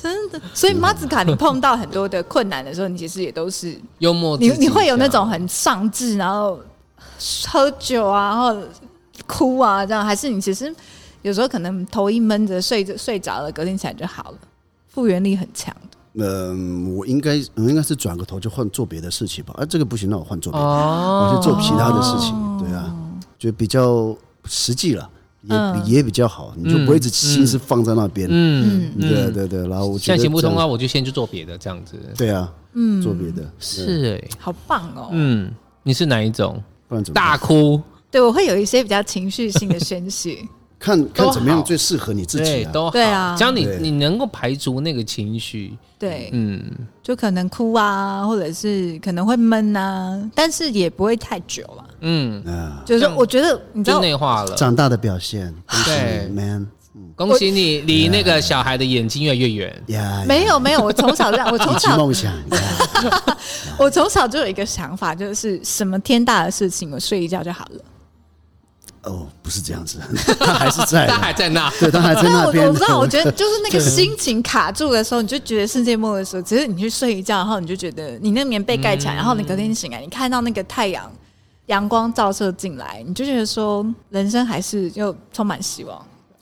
Speaker 1: 真的，所以马子卡，你碰到很多的困难的时候，你其实也都是
Speaker 2: 幽默自
Speaker 1: 你
Speaker 2: 己一下，
Speaker 1: 你会有那种很上智，然后喝酒啊，然后哭啊，这样，还是你其实有时候可能头一闷着睡着睡着了，隔天起来就好了，复原力很强的。
Speaker 4: 嗯，我应该我应该是转个头就换做别的事情吧。啊，这个不行，那我换做别的，
Speaker 2: 哦，
Speaker 4: 我去做其他的事情。对啊，就比较实际了，也、也比较好，你就不会一直心思放在那边。嗯，对对对。然后我觉
Speaker 2: 现
Speaker 4: 得
Speaker 2: 在行不
Speaker 4: 这样
Speaker 2: 通啊，，我就先去做别的这样子。
Speaker 4: 对啊，嗯，做别的，
Speaker 2: 是哎、
Speaker 1: 好棒哦！
Speaker 2: 嗯，你是哪一种？
Speaker 4: 不然怎么办
Speaker 2: 大哭，
Speaker 1: 对我会有一些比较情绪性的宣泄，
Speaker 4: 看
Speaker 2: 都
Speaker 4: 看怎么样
Speaker 2: 好
Speaker 4: 最适合你自己
Speaker 2: 对，
Speaker 4: 啊？
Speaker 2: 都好
Speaker 1: 对啊
Speaker 2: 这样你
Speaker 4: 对
Speaker 2: 你能够排除那个情绪，
Speaker 1: 对，
Speaker 2: 嗯，
Speaker 1: 就可能哭啊，或者是可能会闷啊，但是也不会太久了。
Speaker 2: 嗯，
Speaker 4: 啊，哎
Speaker 1: 就是说我觉得你知
Speaker 2: 就
Speaker 1: 道，
Speaker 2: 内化了。
Speaker 4: 长大的表现，恭喜
Speaker 2: 对
Speaker 4: 你，man，
Speaker 2: 恭喜你离那个小孩的眼睛越来越远。
Speaker 4: 呀，
Speaker 1: 没有没有，我从小这样，我
Speaker 4: 以
Speaker 1: 从
Speaker 4: 及
Speaker 1: 小
Speaker 4: 梦想，呀
Speaker 1: 我从小就有一个想法，就是什么天大的事情，我睡一觉就好了。
Speaker 4: 哦，不是这样子， 他还是在的，
Speaker 2: 他还在那，
Speaker 4: 对，他还在
Speaker 1: 但
Speaker 4: 那
Speaker 1: 我
Speaker 4: 边。
Speaker 1: 我知道，我觉得就是那个心情卡住的时候，你就觉得世界末日的时候，只是你去睡一觉，然后你就觉得你那棉被盖起来，然后你隔天醒来，你看到那个太阳阳光照射进来，你就觉得说人生还是又充满希望。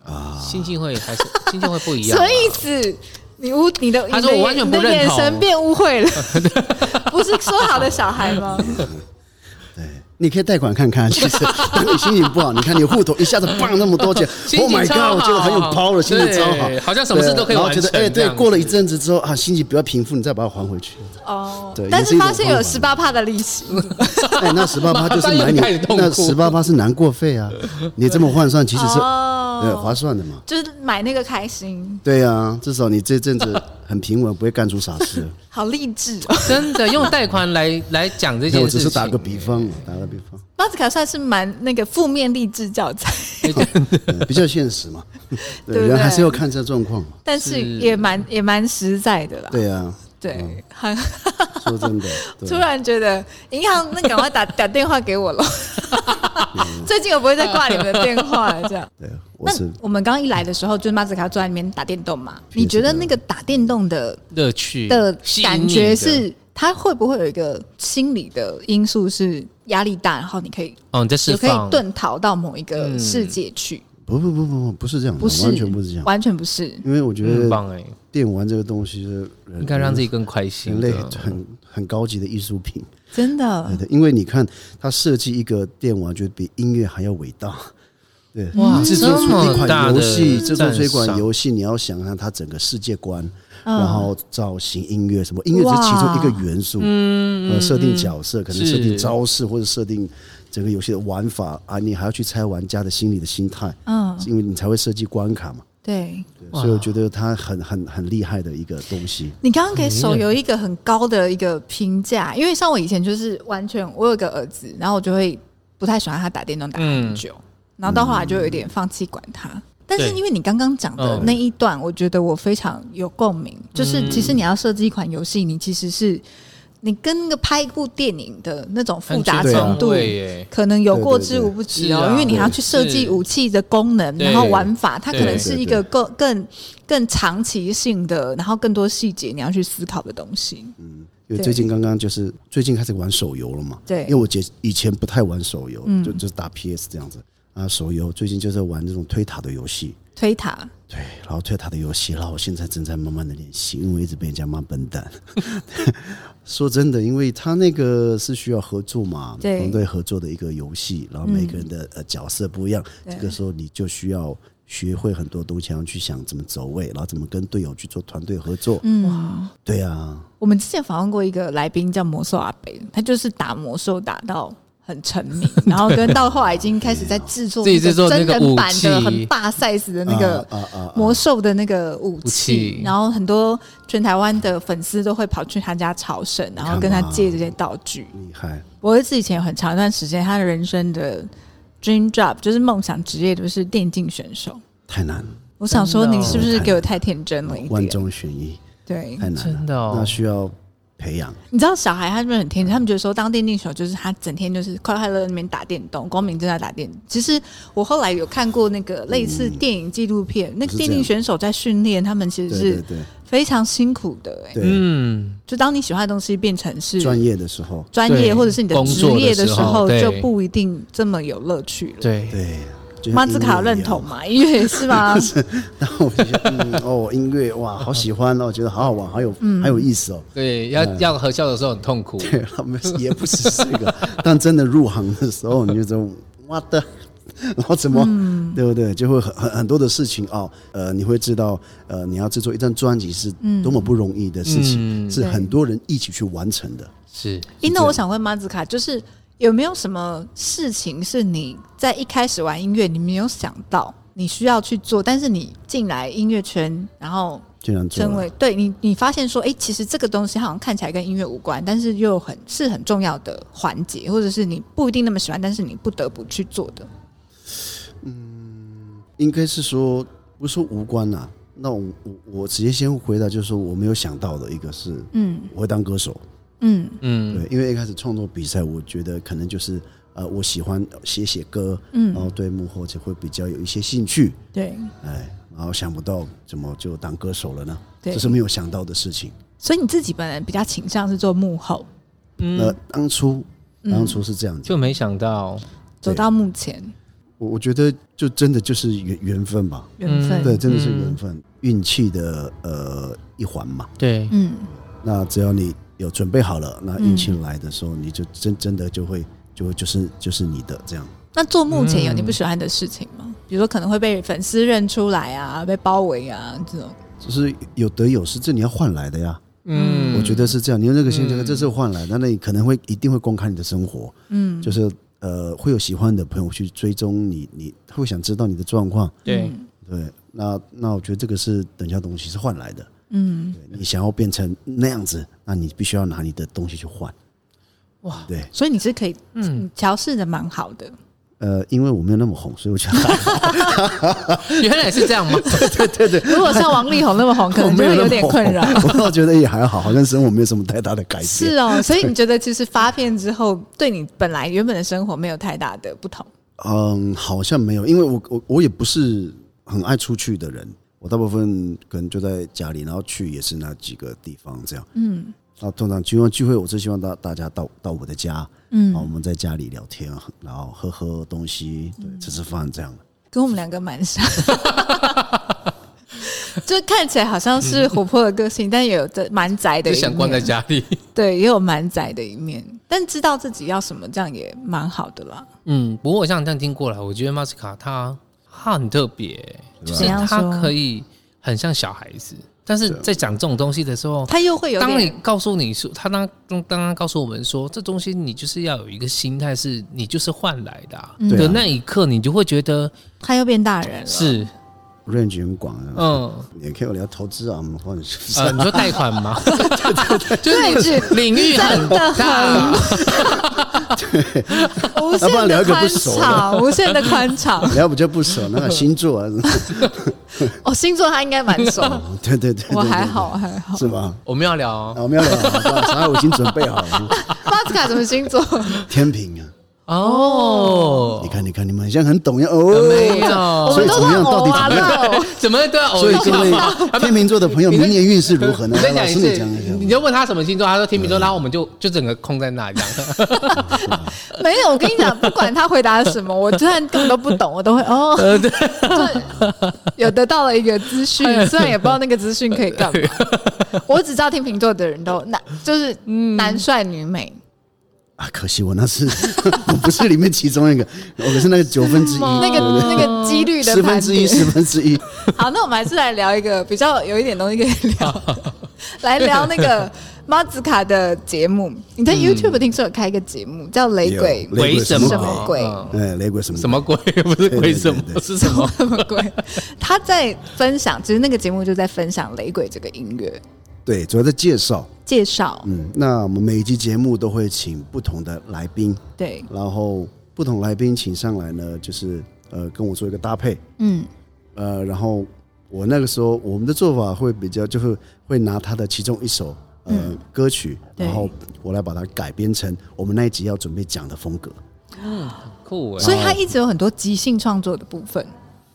Speaker 4: 啊
Speaker 2: 心情会 还是心情会不一
Speaker 1: 什
Speaker 2: 样啊。
Speaker 1: 么意思？你污你的，
Speaker 2: 他说
Speaker 1: 你的
Speaker 2: 我完全
Speaker 1: 你
Speaker 2: 不
Speaker 1: 的
Speaker 2: 认
Speaker 1: 眼
Speaker 2: 同
Speaker 1: 神变污秽了， 不是说好的小孩吗？
Speaker 4: 你可以贷款看看，其实当你心情不好，你看你户头一下子放那么多钱
Speaker 2: 心
Speaker 4: ，Oh
Speaker 2: 情
Speaker 4: my
Speaker 2: 超
Speaker 4: god，我
Speaker 2: 好
Speaker 4: 觉得很有 power，心情超好
Speaker 2: 对，好像什么事都可以
Speaker 4: 对然后
Speaker 2: 完
Speaker 4: 觉得
Speaker 2: 成
Speaker 4: 哎，
Speaker 2: 这
Speaker 4: 对，
Speaker 2: 样子
Speaker 4: 过了一阵子之后啊，心情比较平复，你再把它还回 去。
Speaker 1: 哦
Speaker 4: 对，
Speaker 1: 但
Speaker 4: 也是
Speaker 1: 是
Speaker 4: 一种
Speaker 1: 发现有
Speaker 4: 方法
Speaker 1: 十八帕的利息，
Speaker 4: 哎，那十八趴就是
Speaker 2: 马
Speaker 4: 买你
Speaker 2: 上又开始，痛哭
Speaker 4: 那十八趴是难过费啊，你这么换算其实是
Speaker 1: 哦
Speaker 4: 呃划算的嘛。
Speaker 1: 就是买那个开心，
Speaker 4: 对啊，至少你这阵子很平稳，不会干出傻 事。
Speaker 1: 好励志哦。
Speaker 2: 真的用贷款来来讲这件
Speaker 4: 我
Speaker 2: 事情，
Speaker 4: 只是打个比方，打个比方，
Speaker 1: 马子卡算是蛮那个负面励志教材，
Speaker 4: 嗯比较 现实嘛。
Speaker 1: 对
Speaker 4: 对，
Speaker 1: 不对
Speaker 4: 人
Speaker 2: 啊
Speaker 4: 还是要看这状况嘛。
Speaker 1: 但是也蛮也蛮实在的啦。
Speaker 4: 对啊，
Speaker 1: 对，很
Speaker 4: 说真的，对啊
Speaker 1: 突然觉得银行那赶快打打电话给我喽， 最近我不会再挂你们的电话了，这样。
Speaker 4: 对，啊我
Speaker 1: 那
Speaker 4: 嗯是
Speaker 1: 我们刚一来的时候，就是马子卡坐在那边打电动嘛，
Speaker 4: 是的
Speaker 1: 你觉得那个打电动的
Speaker 2: 乐趣
Speaker 1: 的
Speaker 2: 吸引你
Speaker 1: 感
Speaker 2: 的
Speaker 1: 觉是，它会不会有一个心理的因素是压力大，然后你可以
Speaker 2: 哦，你在释
Speaker 1: 有可
Speaker 2: 放嗯
Speaker 1: 以遁逃到某一个世界去？
Speaker 4: 不不不不不，不是这样的，
Speaker 1: 不是，
Speaker 4: 哦完全不是这样。
Speaker 1: 完全不是。
Speaker 4: 因为我觉
Speaker 2: 很
Speaker 4: 得
Speaker 2: 棒哎，
Speaker 4: 电玩这个东西是人
Speaker 2: 应该让自己更开心
Speaker 4: 人
Speaker 2: 的。
Speaker 4: 类很很高级的艺术品，
Speaker 1: 真的
Speaker 4: 对，的。因为你看，它设计一个电玩，就比音乐还要伟大。对，
Speaker 2: 哇
Speaker 4: 制作出一
Speaker 2: 这么大
Speaker 4: 款
Speaker 2: 的
Speaker 4: 游戏，嗯制作出一
Speaker 2: 赞赏
Speaker 4: 款游戏，你要想想它整个世界观，然后造型、音乐什么，音乐只是其中一个元素。嗯，呃，设定角色，可能
Speaker 2: 是
Speaker 4: 设定招式或者设定整个游戏的玩法啊，你还要去猜玩家的心理的心态，
Speaker 1: 嗯，
Speaker 4: 因为你才会设计关卡嘛。
Speaker 1: 对。
Speaker 4: 对所以我觉得它很很很厉害的一个东西。
Speaker 1: 你刚刚给手游一个很高的一个评价，因为像我以前就是完全，我有个儿子，然后我就会不太喜欢他打电动打很久，然后到后来就有点放弃管他。但是
Speaker 2: 嗯对
Speaker 1: 因为你刚刚讲的
Speaker 2: 嗯
Speaker 1: 那一段，我觉得我非常有共鸣，就是其实你要设计一款游戏，你其实是你跟那个拍一部电影的那种复杂
Speaker 4: 对啊
Speaker 1: 程度。
Speaker 2: 对耶，
Speaker 1: 可能有过
Speaker 4: 对
Speaker 1: 之
Speaker 4: 对对
Speaker 1: 无不及
Speaker 2: 是
Speaker 1: 哦
Speaker 2: 啊，
Speaker 1: 因为你还要去设计
Speaker 2: 是
Speaker 1: 武器的功能，
Speaker 2: 对
Speaker 1: 然后玩法，它可能
Speaker 2: 对
Speaker 1: 是一个更更更长期性的，然后更多细节你要去思考的东西。
Speaker 4: 因为
Speaker 1: 对
Speaker 4: 最近刚刚就是最近开始玩手游了嘛，
Speaker 1: 对嗯
Speaker 4: 因为我姐以前不太玩手游，就就是打 PS 这样子啊，手游最近就是玩这种推塔的游戏，
Speaker 1: 推塔，
Speaker 4: 对，然后推塔的游戏，然后我现在正在慢慢的练习，因为我一直被人家骂笨蛋。 说真的，因为他那个是需要合作嘛，
Speaker 1: 对嗯
Speaker 4: 团队合作的一个游戏，然后每个人的呃角色不一样，这个时候你就需要学会很多东西，然后去想怎么走位，然后怎么跟队友去做团队合作。
Speaker 1: 嗯，
Speaker 4: 对啊，
Speaker 1: 我们之前访问过一个来宾叫魔兽阿北，他就是打魔兽打到。很沉 迷，然后跟到后来已经开始在制作
Speaker 2: 自己制作那
Speaker 1: 真
Speaker 2: 个
Speaker 1: 人版的
Speaker 2: 武器
Speaker 1: 很大 size 的那个
Speaker 4: 啊啊啊
Speaker 1: 魔兽的那个武
Speaker 2: 武器
Speaker 1: 器，然后很多全台湾的粉丝都会跑去他家朝圣，然后跟他借这些道具。
Speaker 4: 厉害，
Speaker 1: 我儿子以前有很长一段时间，他的人生的 dream job 就是梦想职业就是电竞选手。
Speaker 4: 太难了。
Speaker 1: 我想说，
Speaker 2: 真的哦
Speaker 1: 你是不是给我太天真了一
Speaker 4: 万
Speaker 1: 点？
Speaker 4: 中选一，
Speaker 1: 对，
Speaker 4: 太难了，
Speaker 2: 真的哦
Speaker 4: 那需要培养。
Speaker 1: 你知道小孩他们很天真，他们觉得说当电竞手就是他整天就是快快乐乐那边打电动，光明正大打电动。其实我后来有看过那个类似电影纪录片，那个
Speaker 4: 嗯是这
Speaker 1: 电
Speaker 4: 样
Speaker 1: 竞选手在训练，他们其实
Speaker 4: 对对
Speaker 1: 是
Speaker 4: 对
Speaker 1: 非常辛苦的、欸。
Speaker 4: 对，
Speaker 2: 嗯，
Speaker 1: 就当你喜欢的东西变成是
Speaker 4: 专业的时候，
Speaker 1: 专业
Speaker 2: 对
Speaker 1: 或者是你的
Speaker 2: 工
Speaker 1: 职
Speaker 2: 作的
Speaker 1: 业的
Speaker 2: 时
Speaker 1: 时
Speaker 2: 候
Speaker 1: 候，
Speaker 2: 对
Speaker 1: 就不一定这么有乐趣了。
Speaker 2: 对，
Speaker 4: 对。就像
Speaker 1: 马子卡
Speaker 4: 音乐一
Speaker 1: 认
Speaker 4: 样
Speaker 1: 同，嘛？音乐也是吗？
Speaker 4: 然后我就觉得嗯哦，音乐哇，好喜欢哦，觉得好好玩，好有很有意思哦。
Speaker 2: 对，要要合笑的时候很痛苦，
Speaker 4: 对，他们也不只是这个，但真的入行的时候，你就这种 what the 然后怎么，对不对？就会很很很多的事情哦，呃，你会知道，呃，你要制作一张专辑是多么不容易的事情，是
Speaker 1: 对
Speaker 4: 很多人一起去完成的。
Speaker 2: 是
Speaker 1: 诶，那我想问马子卡，就是有没有什么事情是你在一开始玩音乐你没有想到你需要去做，但是你进来音乐圈，然后
Speaker 4: 这样做
Speaker 1: 成
Speaker 4: 了，
Speaker 1: 为对你，你发现说，诶，哎其实这个东西好像看起来跟音乐无关，但是又很是很重要的环节，或者是你不一定那么喜欢，但是你不得不去做的。
Speaker 4: 应该是说不是说无关啦、那我我我直接先回答，就是说我没有想到的一个是，嗯，我会当歌手，
Speaker 1: 嗯
Speaker 2: 嗯
Speaker 4: 对，因为一开始创作比赛，我觉得可能就是呃，我喜欢写写歌，嗯，然后对幕后就会比较有一些兴趣，
Speaker 1: 对，
Speaker 4: 哎，然后想不到怎么就当歌手了呢？
Speaker 1: 对
Speaker 4: 这是没有想到的事情。
Speaker 1: 所以你自己本人比较倾向是做幕后，嗯
Speaker 4: 那当初，当初是这样子，
Speaker 2: 就没想到
Speaker 1: 走到目前
Speaker 4: 我我觉得就真的就是缘缘分吧，
Speaker 1: 缘分。
Speaker 4: 对，真的是缘分，运气的呃一环嘛。
Speaker 2: 对，
Speaker 1: 嗯，
Speaker 4: 那只要你有准备好了，那运气来的时候，你就真真的就会就会就是就是你的这样。
Speaker 1: 那做目前有你不喜欢的事情吗？比如说可能会被粉丝认出来啊，被包围啊这种。
Speaker 4: 就是有得有失，这你要换来的呀。
Speaker 2: 嗯
Speaker 4: 我觉得是这样，你用那个现
Speaker 1: 嗯
Speaker 4: 象，这是换来的，那你可能会一定会公开你的生活，嗯，就是呃，会有喜欢的朋友去追踪你，你会想知道你的状况，
Speaker 2: 对
Speaker 4: 对，那那我觉得这个是等价东西是换来的，嗯，你想要变成那样子，那你必须要拿你的东西去换，
Speaker 2: 哇，
Speaker 4: 对，
Speaker 1: 所以你是可以，嗯，调试的蛮好的。
Speaker 4: 呃，因为我没有那么红，所以我 觉得
Speaker 2: 原来是这样吗？
Speaker 1: 如果像王力宏那么红，可
Speaker 4: 我
Speaker 1: 能
Speaker 4: 没
Speaker 1: 就会
Speaker 4: 那
Speaker 1: 有
Speaker 4: 么
Speaker 1: 点
Speaker 4: 红
Speaker 1: 困扰。
Speaker 4: 我倒觉得也还好，好像生活没有什么太大的改变，
Speaker 1: 是哦，所以你觉得其实发片之后，对你本来原本的生活没有太大的不同。
Speaker 4: 嗯，好像没有，因为我我我也不是很爱出去的人，我大部分可能就在家里，然后去也是那几个地方这样。嗯，那通常聚会聚会，我是希望大大家到到我的家，嗯，然后我们在家里聊天，然后喝喝东西，
Speaker 1: 嗯
Speaker 4: 对，吃吃饭这样。
Speaker 1: 跟我们两个蛮像，就看起来好像是活泼的个性，但也有着蛮宅的
Speaker 2: 就
Speaker 1: 一面，
Speaker 2: 想关在家里。
Speaker 1: 对，也有蛮宅的一面，但知道自己要什么，这样也蛮好的啦。
Speaker 2: 嗯，不过我像这样听过来，我觉得马斯卡他他很特别、就是
Speaker 1: 怎样
Speaker 2: 他
Speaker 1: 说
Speaker 2: 可以很像小孩子，但是在讲这种东西的时候，
Speaker 1: 啊他又会有
Speaker 2: 哦当你
Speaker 1: 点，
Speaker 2: 告诉你说，他当当当他告诉我们说，这东西你就是要有一个心态，是你就是换来的、啊
Speaker 1: 嗯
Speaker 4: 对
Speaker 2: 的
Speaker 4: 啊
Speaker 2: 那一刻，你就会觉得
Speaker 1: 他又变大人了，
Speaker 2: 是
Speaker 1: 啊
Speaker 4: range 很广，嗯，
Speaker 2: 嗯。
Speaker 4: 也可以聊投资啊，我们换
Speaker 2: 呃，你说贷款吗？
Speaker 1: 对是
Speaker 2: 领域很
Speaker 1: 真的
Speaker 2: 大，
Speaker 1: 无
Speaker 4: 要不
Speaker 1: 限
Speaker 4: 然
Speaker 1: 的
Speaker 4: 聊一个
Speaker 1: 宽
Speaker 4: 不熟的
Speaker 1: 敞，无限的宽敞。
Speaker 4: 聊比较不熟，那个星座啊，
Speaker 1: 哦，星座他应该蛮熟，
Speaker 4: 对对对 对，
Speaker 1: 我还
Speaker 4: 对
Speaker 1: 好，我还好。
Speaker 4: 是吗？
Speaker 2: 我们要聊
Speaker 4: 啊
Speaker 2: 哦
Speaker 4: 我们要聊啊，啥我已经准备好了，
Speaker 1: 巴斯卡什么星座？
Speaker 4: 天平啊，你
Speaker 2: 哦，
Speaker 4: 看你看你们好像很懂呀， 哦，
Speaker 2: 没
Speaker 1: 我
Speaker 2: 有，
Speaker 4: 所
Speaker 1: 们都
Speaker 4: 以怎么
Speaker 1: 是
Speaker 4: 样？到
Speaker 1: 偶
Speaker 4: 底
Speaker 1: 啊
Speaker 4: 怎么样？
Speaker 1: 啦，
Speaker 2: 怎么都要偶
Speaker 4: 所
Speaker 2: 一
Speaker 4: 以
Speaker 2: 下
Speaker 4: 各位天秤座的朋友，明年运势如何呢
Speaker 2: 我？再
Speaker 4: 老
Speaker 2: 讲一
Speaker 4: 师，你讲一
Speaker 2: 次，你
Speaker 4: 讲。
Speaker 2: 就问他什么星座，他说天秤座，然后我们就就整个空在那里，这 样
Speaker 1: 没有，我跟你讲，不管他回答什么，我就算根本都不懂，我都会哦，
Speaker 4: 呃
Speaker 1: 就有得到了一个资 讯，虽然也不知道那个资讯可以干嘛。我只知道天秤座的人都男，就是男帅女美，
Speaker 4: 啊，可惜我那是 我不是里面其中一个，我可是那个九分之一，
Speaker 1: 哦那个那个几率的
Speaker 4: 嗯十
Speaker 1: 盘
Speaker 4: 分之一，
Speaker 1: 点。
Speaker 4: 十分之一。
Speaker 1: 好，那我们还是来聊一个比较有一点东西可以聊， 来聊那个马子卡的节目。你在 YouTube 听说有开一个节目叫《雷鬼
Speaker 4: 嗯有
Speaker 2: 为什么
Speaker 1: 什么鬼
Speaker 2: 嗯
Speaker 4: 哎，雷鬼什么
Speaker 2: 什么鬼？不是鬼什
Speaker 4: 对
Speaker 2: 么
Speaker 4: 对
Speaker 2: 是什么？
Speaker 1: 什么鬼》，他在分享，其实那个节目就在分享雷鬼这个音乐。
Speaker 4: 对，主要在介绍。
Speaker 1: 介绍，
Speaker 4: 嗯，那我们每一集节目都会请不同的来宾，
Speaker 1: 对，
Speaker 4: 然后不同来宾请上来呢，就是呃跟我做一个搭配，
Speaker 1: 嗯，
Speaker 4: 呃，然后我那个时候我们的做法会比较，就是会拿他的其中一首呃、歌曲，
Speaker 1: 嗯对
Speaker 4: 然后我来把它改编成我们那一集要准备讲的风格。
Speaker 2: 酷哎！
Speaker 1: 所以他一直有很多即兴创作的部分，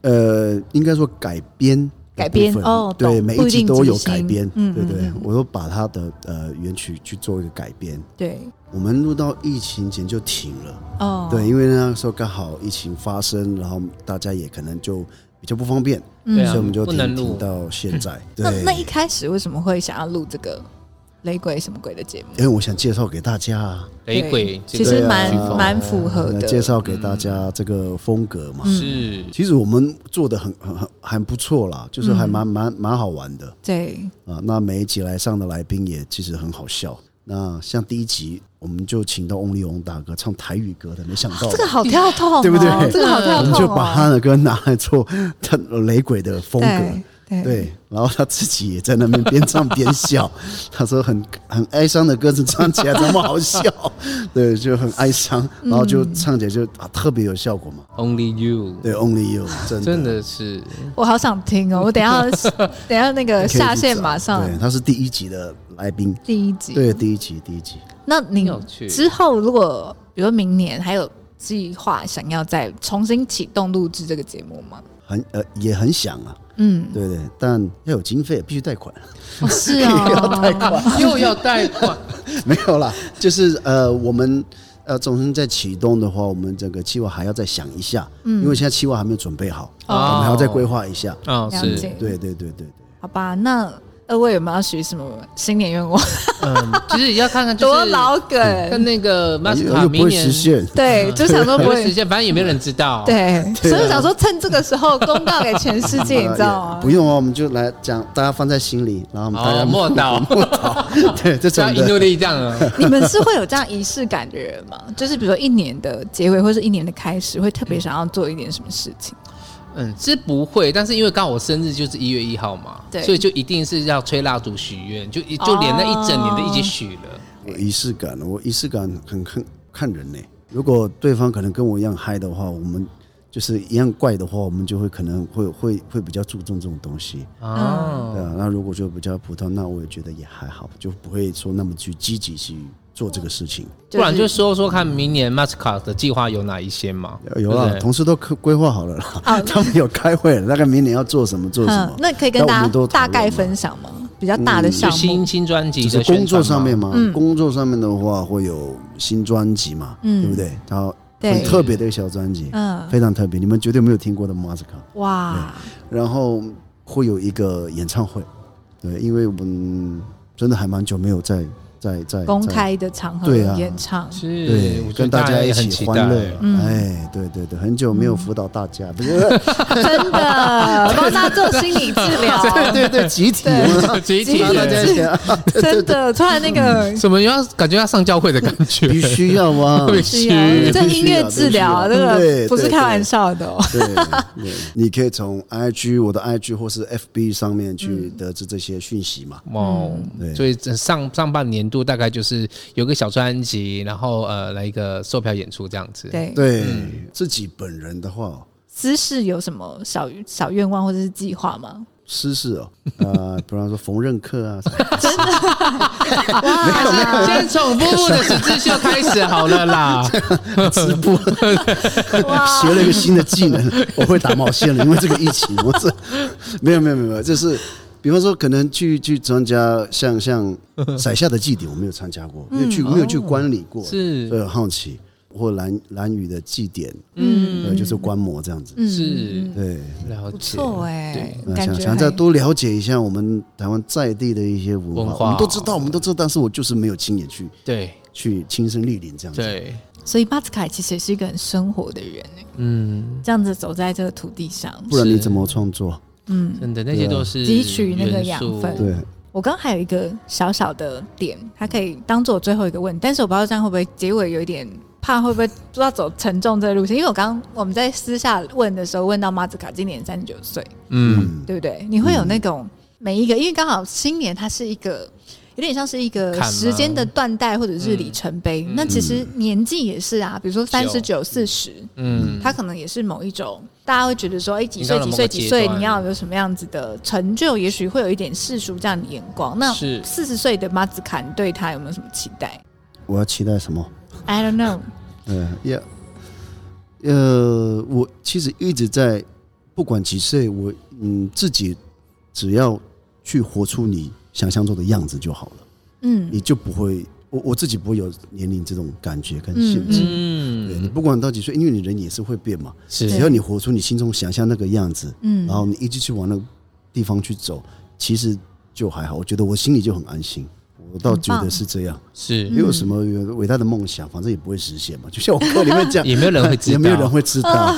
Speaker 4: 呃，应该说改编的
Speaker 1: 改
Speaker 4: 部
Speaker 1: 编
Speaker 4: 分。
Speaker 1: 哦
Speaker 4: 对，
Speaker 1: 懂
Speaker 4: 每
Speaker 1: 不
Speaker 4: 一
Speaker 1: 一
Speaker 4: 集
Speaker 1: 定
Speaker 4: 都
Speaker 1: 即
Speaker 4: 有
Speaker 1: 兴
Speaker 4: 改编，
Speaker 1: 嗯
Speaker 4: 对
Speaker 1: 嗯
Speaker 4: 对
Speaker 1: 嗯，
Speaker 4: 我都把他的呃原曲去做一个改编。
Speaker 1: 对，
Speaker 4: 我们录到疫情前就停了，
Speaker 1: 哦，
Speaker 4: 对，，因为那个时候刚好疫情发生，然后大家也可能就比较不方便，
Speaker 2: 对啊
Speaker 4: 所以我们就
Speaker 2: 不能
Speaker 4: 停
Speaker 2: 录
Speaker 4: 停到现在。
Speaker 1: 嗯那
Speaker 4: 对，
Speaker 1: 那一开始为什么会想要录这个雷鬼什么鬼的节目，
Speaker 4: 因为我想介绍给大家啊，
Speaker 2: 雷
Speaker 1: 对
Speaker 2: 鬼这
Speaker 1: 其
Speaker 2: 个
Speaker 1: 实
Speaker 4: 对啊
Speaker 1: 蛮蛮符合
Speaker 4: 来介
Speaker 1: 的。嗯
Speaker 4: 绍给大家这个风格嘛。
Speaker 2: 是
Speaker 4: 其实我们做的很很很很不错啦，就是还
Speaker 1: 嗯
Speaker 4: 蛮蛮蛮好玩的
Speaker 1: 对，
Speaker 4: 啊。那每一集来上的来宾也其实很好笑。那像第一集我们就请到翁立翁大哥唱台语歌的，没想到
Speaker 1: 这个好跳痛哦，
Speaker 4: 对不对
Speaker 1: 这个好
Speaker 4: 我
Speaker 1: 跳
Speaker 4: 们
Speaker 1: 痛
Speaker 4: 就把他
Speaker 1: 哦。
Speaker 4: 的歌拿来做他雷鬼的风格
Speaker 1: 对。对
Speaker 4: 对，然后他自己也在那边边唱边 笑，他说很很哀伤的歌词唱起来怎么好 笑？对，就很哀伤，
Speaker 1: 嗯
Speaker 4: 然后就唱起来就、啊特别有效果嘛。
Speaker 2: Only You，
Speaker 4: 对，Only You，真的
Speaker 2: 真的是
Speaker 1: 我好想听 哦，我等一下等一下那个
Speaker 4: 可以去
Speaker 1: 下线
Speaker 4: 找
Speaker 1: 马上
Speaker 4: 对，他是第一集的来宾，
Speaker 1: 第一集。
Speaker 4: 对，第一集，第一集。
Speaker 1: 那你
Speaker 2: 有趣
Speaker 1: 之后如果比如明年还有计划想要再重新启动录制这个节目 吗？
Speaker 4: 很呃也很想啊，
Speaker 1: 嗯，
Speaker 4: 对对，但要有经费，必须贷款，
Speaker 1: 哦是 哦，
Speaker 2: 又要贷款，
Speaker 4: 没有啦，就是呃我们呃重新再启动的话，我们整个计划还要再想一下，因为现在计划还没有准备好，
Speaker 1: 嗯哦
Speaker 4: 我们还要再规划一下，
Speaker 2: 啊，
Speaker 1: 了
Speaker 2: 是
Speaker 1: 解，
Speaker 4: 对对对对对，
Speaker 1: 好吧，那二位有没有要许什么新年愿望？
Speaker 2: 嗯，其实也要看看就
Speaker 1: 多
Speaker 2: 是
Speaker 1: 老
Speaker 2: 看
Speaker 1: 梗，
Speaker 2: 那个 m a s
Speaker 4: 又
Speaker 2: t a
Speaker 4: 哎又不
Speaker 2: 明
Speaker 4: 会
Speaker 2: 年
Speaker 4: 实现，
Speaker 1: 对，就想说
Speaker 2: 不
Speaker 1: 不
Speaker 2: 会实
Speaker 1: 会。
Speaker 2: 现，反正也没人知道，，哦
Speaker 1: 对，
Speaker 4: 对
Speaker 1: 所
Speaker 4: 啊
Speaker 1: 以我想说趁这个时候公告给全世 界，你知道
Speaker 4: 呃也
Speaker 1: 吗
Speaker 4: 不？用啊，我们就来讲，大家放在心里，然后我们 大
Speaker 2: 哦，
Speaker 4: 家
Speaker 2: 莫导，
Speaker 4: 对这
Speaker 2: 只要
Speaker 4: 种
Speaker 2: 一怒
Speaker 4: 的，
Speaker 2: 力这样啊，
Speaker 1: 你们是会有这样仪式感的人吗？ 就是比如说一年的结尾或是一年的开始，会特别想要做一点什么事情？
Speaker 2: 嗯，是不会，但是因为刚好我生日就是一月一号嘛，
Speaker 1: 对
Speaker 2: 所以就一定是要吹蜡烛许愿，就一就连那一整年的一起许了。
Speaker 4: 我仪式感，我仪式感很看看人呢、如果对方可能跟我一样嗨的话，我们就是一样怪的话，我们就会可能会会会比较注重这种东西。
Speaker 1: 嗯
Speaker 4: 对
Speaker 2: 哦，
Speaker 4: 啊，那如果就比较普通，那我也觉得也还好，就不会说那么去积极去做这个事情。
Speaker 2: 不然
Speaker 1: 是
Speaker 2: 就说说看明年 Masca 的计划有哪一些嘛？
Speaker 4: 有
Speaker 1: 啊
Speaker 2: 对
Speaker 4: 啦，
Speaker 2: 不对
Speaker 4: 同事都规规划好了啦， 他们有开会了，大概明年要做什么做什
Speaker 1: 哦嗯
Speaker 4: 么，。
Speaker 1: 那可以跟
Speaker 4: 但我
Speaker 1: 大
Speaker 4: 们
Speaker 1: 家
Speaker 4: 都
Speaker 1: 大
Speaker 4: 讨论
Speaker 1: 概
Speaker 4: 嘛
Speaker 1: 分享吗？比较大的
Speaker 2: 就
Speaker 1: 项目
Speaker 2: 新，新专辑
Speaker 4: 就
Speaker 2: 的
Speaker 4: 是
Speaker 2: 宣
Speaker 4: 工
Speaker 2: 传
Speaker 4: 作上
Speaker 2: 嘛
Speaker 4: 面嘛，
Speaker 1: 嗯
Speaker 4: 工作上面的话会有新专辑嘛，对不对？然后很
Speaker 1: 嗯对
Speaker 4: 特别的一个小专辑，
Speaker 1: 嗯
Speaker 4: 非常特别，你们绝对没有听过的 m a s k a
Speaker 1: 哇，
Speaker 4: 然后会有一个演唱会，对，因为我们真的还蛮久没有在在在
Speaker 1: 公
Speaker 4: 在
Speaker 1: 开的场合
Speaker 4: 对啊
Speaker 1: 演唱，
Speaker 2: 是
Speaker 4: 对
Speaker 2: 我，觉
Speaker 4: 跟
Speaker 2: 得
Speaker 4: 大家
Speaker 2: 也
Speaker 4: 一
Speaker 2: 很
Speaker 4: 起
Speaker 2: 期
Speaker 4: 欢
Speaker 2: 待
Speaker 4: 乐。
Speaker 1: 嗯
Speaker 4: 哎，对对对，很久没有辅导大 家，不是？
Speaker 1: 真的帮他做心理治疗，
Speaker 4: 对对对，集体
Speaker 1: 对
Speaker 4: 有没有
Speaker 2: 集
Speaker 1: 集体
Speaker 4: 大家一起啊
Speaker 1: 真的突然那 个
Speaker 2: 什么要感觉要上教会的感觉，
Speaker 4: 必须要啊。
Speaker 2: 必
Speaker 1: 是
Speaker 2: 须
Speaker 1: 啊，
Speaker 4: 必须
Speaker 1: 这音乐
Speaker 4: 啊
Speaker 1: 治
Speaker 4: 必须
Speaker 1: 疗
Speaker 4: 啊
Speaker 1: 这
Speaker 4: 对
Speaker 1: 个不是
Speaker 4: 对
Speaker 1: 开玩
Speaker 4: 对
Speaker 1: 笑的哦。
Speaker 4: 对，对你可以从 IG 我的 IG 或是 FB 上面去
Speaker 1: 嗯
Speaker 4: 得知这些讯息嘛。
Speaker 2: 哦，
Speaker 4: 对
Speaker 2: 所以这上上半年度大概就是有个小专辑，然后呃来一个售票演出这样子。，
Speaker 1: 对，嗯
Speaker 4: 对自己本人的话，
Speaker 1: 私事有什么小小愿望或者是计划吗？
Speaker 4: 私事哦，呃，比方说缝纫课啊，
Speaker 2: 啊先从布布的十字绣开始好 了啦。
Speaker 4: 直播学了一个新的技能，我会打毛线了，因为这个疫情，我这没有没有没有没有，就是比方说可能去去参加像像伞下的祭典，我没有参加过，没有去没有去观礼过，
Speaker 2: 是
Speaker 4: 所以很好奇，或蓝蓝雨的祭典，嗯，呃，就是观摩这样
Speaker 1: 嗯
Speaker 4: 子，
Speaker 2: 是
Speaker 4: 对。
Speaker 2: 了解，
Speaker 1: 错哎，
Speaker 4: 那
Speaker 1: 感
Speaker 4: 想
Speaker 1: 觉
Speaker 4: 想再
Speaker 1: 还
Speaker 4: 多了解一下我们台湾在地的一些文化，
Speaker 2: 文化
Speaker 4: 我们都知道，我们都知道，但是我就是没有亲眼去
Speaker 2: 对
Speaker 4: 去亲身历练这样子。
Speaker 2: 对，
Speaker 1: 所以巴斯凯其实也是一个很生活的人哎，
Speaker 2: 嗯，
Speaker 1: 这样子走在这个土地上，
Speaker 4: 不然你怎么创作？
Speaker 2: 真的那些都是
Speaker 1: 啊汲取那个养分
Speaker 2: 元素
Speaker 4: 对，
Speaker 1: 我刚还有一个小小的点，它可以当做我最后一个问，但是我不知道这样会不会结尾有一点怕，会不会不知道走沉重这个路线？因为我刚我们在私下问的时候，问到马子卡今年三十九岁，
Speaker 2: 嗯，
Speaker 4: 嗯，
Speaker 1: 对不对？你会有那种每一个，因为刚好新年它是一个有点像是一个
Speaker 2: 坎吗
Speaker 1: 时间的断代或者是里程碑，那其实年纪也是啊，比如说三十九、四十，
Speaker 2: 嗯，
Speaker 1: 他可能也是某一种，大家会觉得说，哎、几
Speaker 2: 你到
Speaker 1: 岁
Speaker 2: 了
Speaker 1: 几
Speaker 2: 某
Speaker 1: 岁
Speaker 2: 个
Speaker 1: 几
Speaker 2: 阶
Speaker 1: 岁，
Speaker 2: 段
Speaker 1: 你要有什么样子的成就，也许会有一点世俗这样的眼光。那
Speaker 2: 是
Speaker 1: 四十岁的马子坎对他有没有什么期待
Speaker 4: 我要期待什么？
Speaker 1: ？I don't know。
Speaker 4: 嗯，也，呃，我其实一直在，不管几岁，我嗯自己只要去活出你想象中的样子就好了，
Speaker 1: 嗯
Speaker 4: 你就不会，我我自己不会有年龄这种感觉跟
Speaker 1: 嗯
Speaker 4: 限制。对你
Speaker 2: 嗯，
Speaker 4: 不管到几岁，因为你人也是会变嘛，只
Speaker 2: 是
Speaker 4: 要你活出你心中想象那个样子，
Speaker 1: 嗯
Speaker 4: 然后你一直去往那个地方去走，其实就还好。我觉得我心里就很安心。我我倒觉
Speaker 1: 很
Speaker 4: 得
Speaker 1: 棒
Speaker 4: 是这样。
Speaker 2: 是
Speaker 1: 嗯
Speaker 4: 没有什么伟大的梦想，反正也不会实现嘛。就像我课里面讲，
Speaker 2: 嗯 也没有人会知道啊
Speaker 4: 也没有人会知道。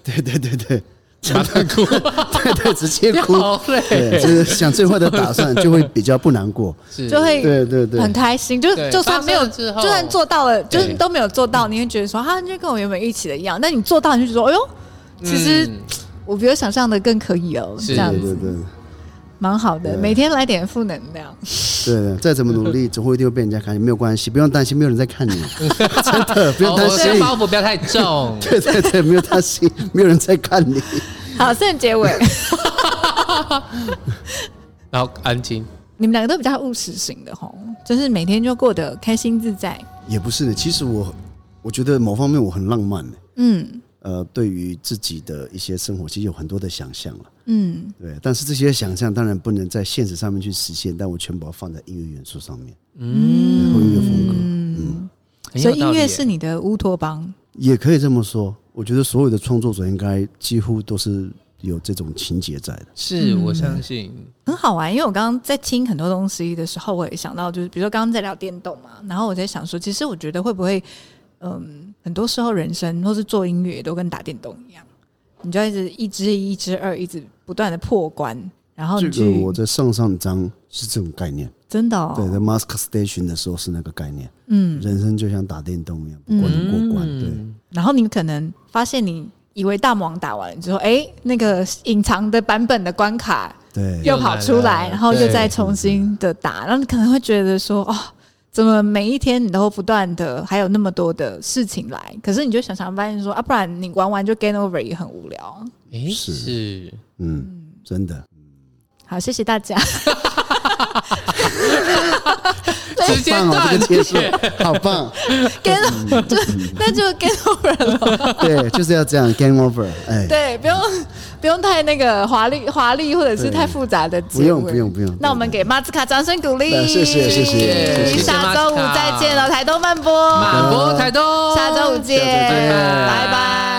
Speaker 4: 对对对对，
Speaker 2: 马上 哭，
Speaker 4: 对对，直接哭，
Speaker 2: 好
Speaker 4: 对，
Speaker 2: 累，
Speaker 4: 就是想最坏的打算，就会比较不难过。
Speaker 2: 是
Speaker 1: 就会
Speaker 4: 对对对
Speaker 1: 很开心，就
Speaker 2: 对
Speaker 1: 就算没有，
Speaker 2: 发生之
Speaker 1: 就
Speaker 2: 后
Speaker 1: 算做到了，就是
Speaker 2: 对
Speaker 1: 都没有做到，你会觉得说啊，就跟我原本预期的一样。那你做到，你就觉得说，哎呦，其实
Speaker 2: 嗯
Speaker 1: 我比我想象的更可以哦，
Speaker 2: 是
Speaker 1: 这样
Speaker 4: 对
Speaker 1: 子
Speaker 4: 对对
Speaker 1: 蛮好的，每天来点负能量。
Speaker 4: 对对，再怎么努力，总会一定会被人家看见，没有关系，不用担心，没有人 在看你，真的不用
Speaker 2: 哦
Speaker 4: 担
Speaker 2: 我的
Speaker 4: 心。，
Speaker 2: 包袱不要太重
Speaker 4: 对对对，没有担心，没有人在看你。
Speaker 1: 好，剩结尾，
Speaker 2: 然后安静。
Speaker 1: 你们两个都比较务实型的吼，就是每天就过得开心自在。
Speaker 4: 也不是呢，其实我我觉得某方面我很浪漫的，
Speaker 1: 嗯
Speaker 4: 呃，对于自己的一些生活，其实有很多的想象了。
Speaker 1: 嗯，
Speaker 4: 对，但是这些想象当然不能在现实上面去实现，但我全部要放在音乐元素上面，嗯，或音乐风格，
Speaker 2: 很有
Speaker 1: 嗯所以音
Speaker 2: 道理
Speaker 1: 乐
Speaker 2: 耶
Speaker 1: 是你的乌托邦。
Speaker 4: 也可以这么说。我觉得所有的创作者应该几乎都是有这种情节在的。
Speaker 2: 是我相
Speaker 4: 嗯
Speaker 2: 信，
Speaker 1: 很好啊玩，因为我刚刚在听很多东西的时候，我也想到，就是比如说刚刚在聊电动嘛，然后我在想说，其实我觉得会不会，嗯，很多时候人生或是做音乐都跟打电动一样，你就一直一支一、一支二，一直不断的破关，然后
Speaker 4: 这
Speaker 1: 你
Speaker 4: 个
Speaker 1: 去
Speaker 4: 我在上上章是这种概念，
Speaker 1: 真的
Speaker 4: 对，
Speaker 1: 哦，
Speaker 4: 在 Mask Station 的时候是那个概念。
Speaker 1: 嗯，
Speaker 4: 人生就像打电动一样，不管你过关，对，
Speaker 2: 嗯，
Speaker 1: 然后你可能发现你以为大魔王打完了之后，哎，那个隐藏的版本的关卡
Speaker 4: 嗯对，
Speaker 1: 又跑出
Speaker 2: 又来
Speaker 1: 来，
Speaker 2: 了
Speaker 1: 然后又再重新的打，然后你可能会觉得说，哦，怎么每一天你都不断的还有那么多的事情来？可是你就想想发现说，啊，不然你玩完就 game over 也很无聊。
Speaker 2: 诶，
Speaker 4: 是
Speaker 2: 是
Speaker 4: 嗯，真的，
Speaker 1: 好，谢谢大 家。
Speaker 2: 直接
Speaker 4: 好棒哦，这
Speaker 2: 断
Speaker 4: 个结束，好棒，
Speaker 1: game over
Speaker 4: 嗯
Speaker 1: 就那就 game over 了，
Speaker 4: 对，就是要这样，Game Over，哎，
Speaker 1: 对，不用不用太那个华丽华丽或者是
Speaker 4: 对
Speaker 1: 太复杂的结
Speaker 4: 不
Speaker 1: 尾，
Speaker 4: 用不用不用
Speaker 1: 那我们给马斯卡掌声鼓励，
Speaker 4: 对谢谢谢谢谢
Speaker 2: 谢
Speaker 1: 下周五再见了，台东漫播，
Speaker 2: 马博台东，
Speaker 1: 下周五见，
Speaker 4: 下周见
Speaker 1: 拜拜。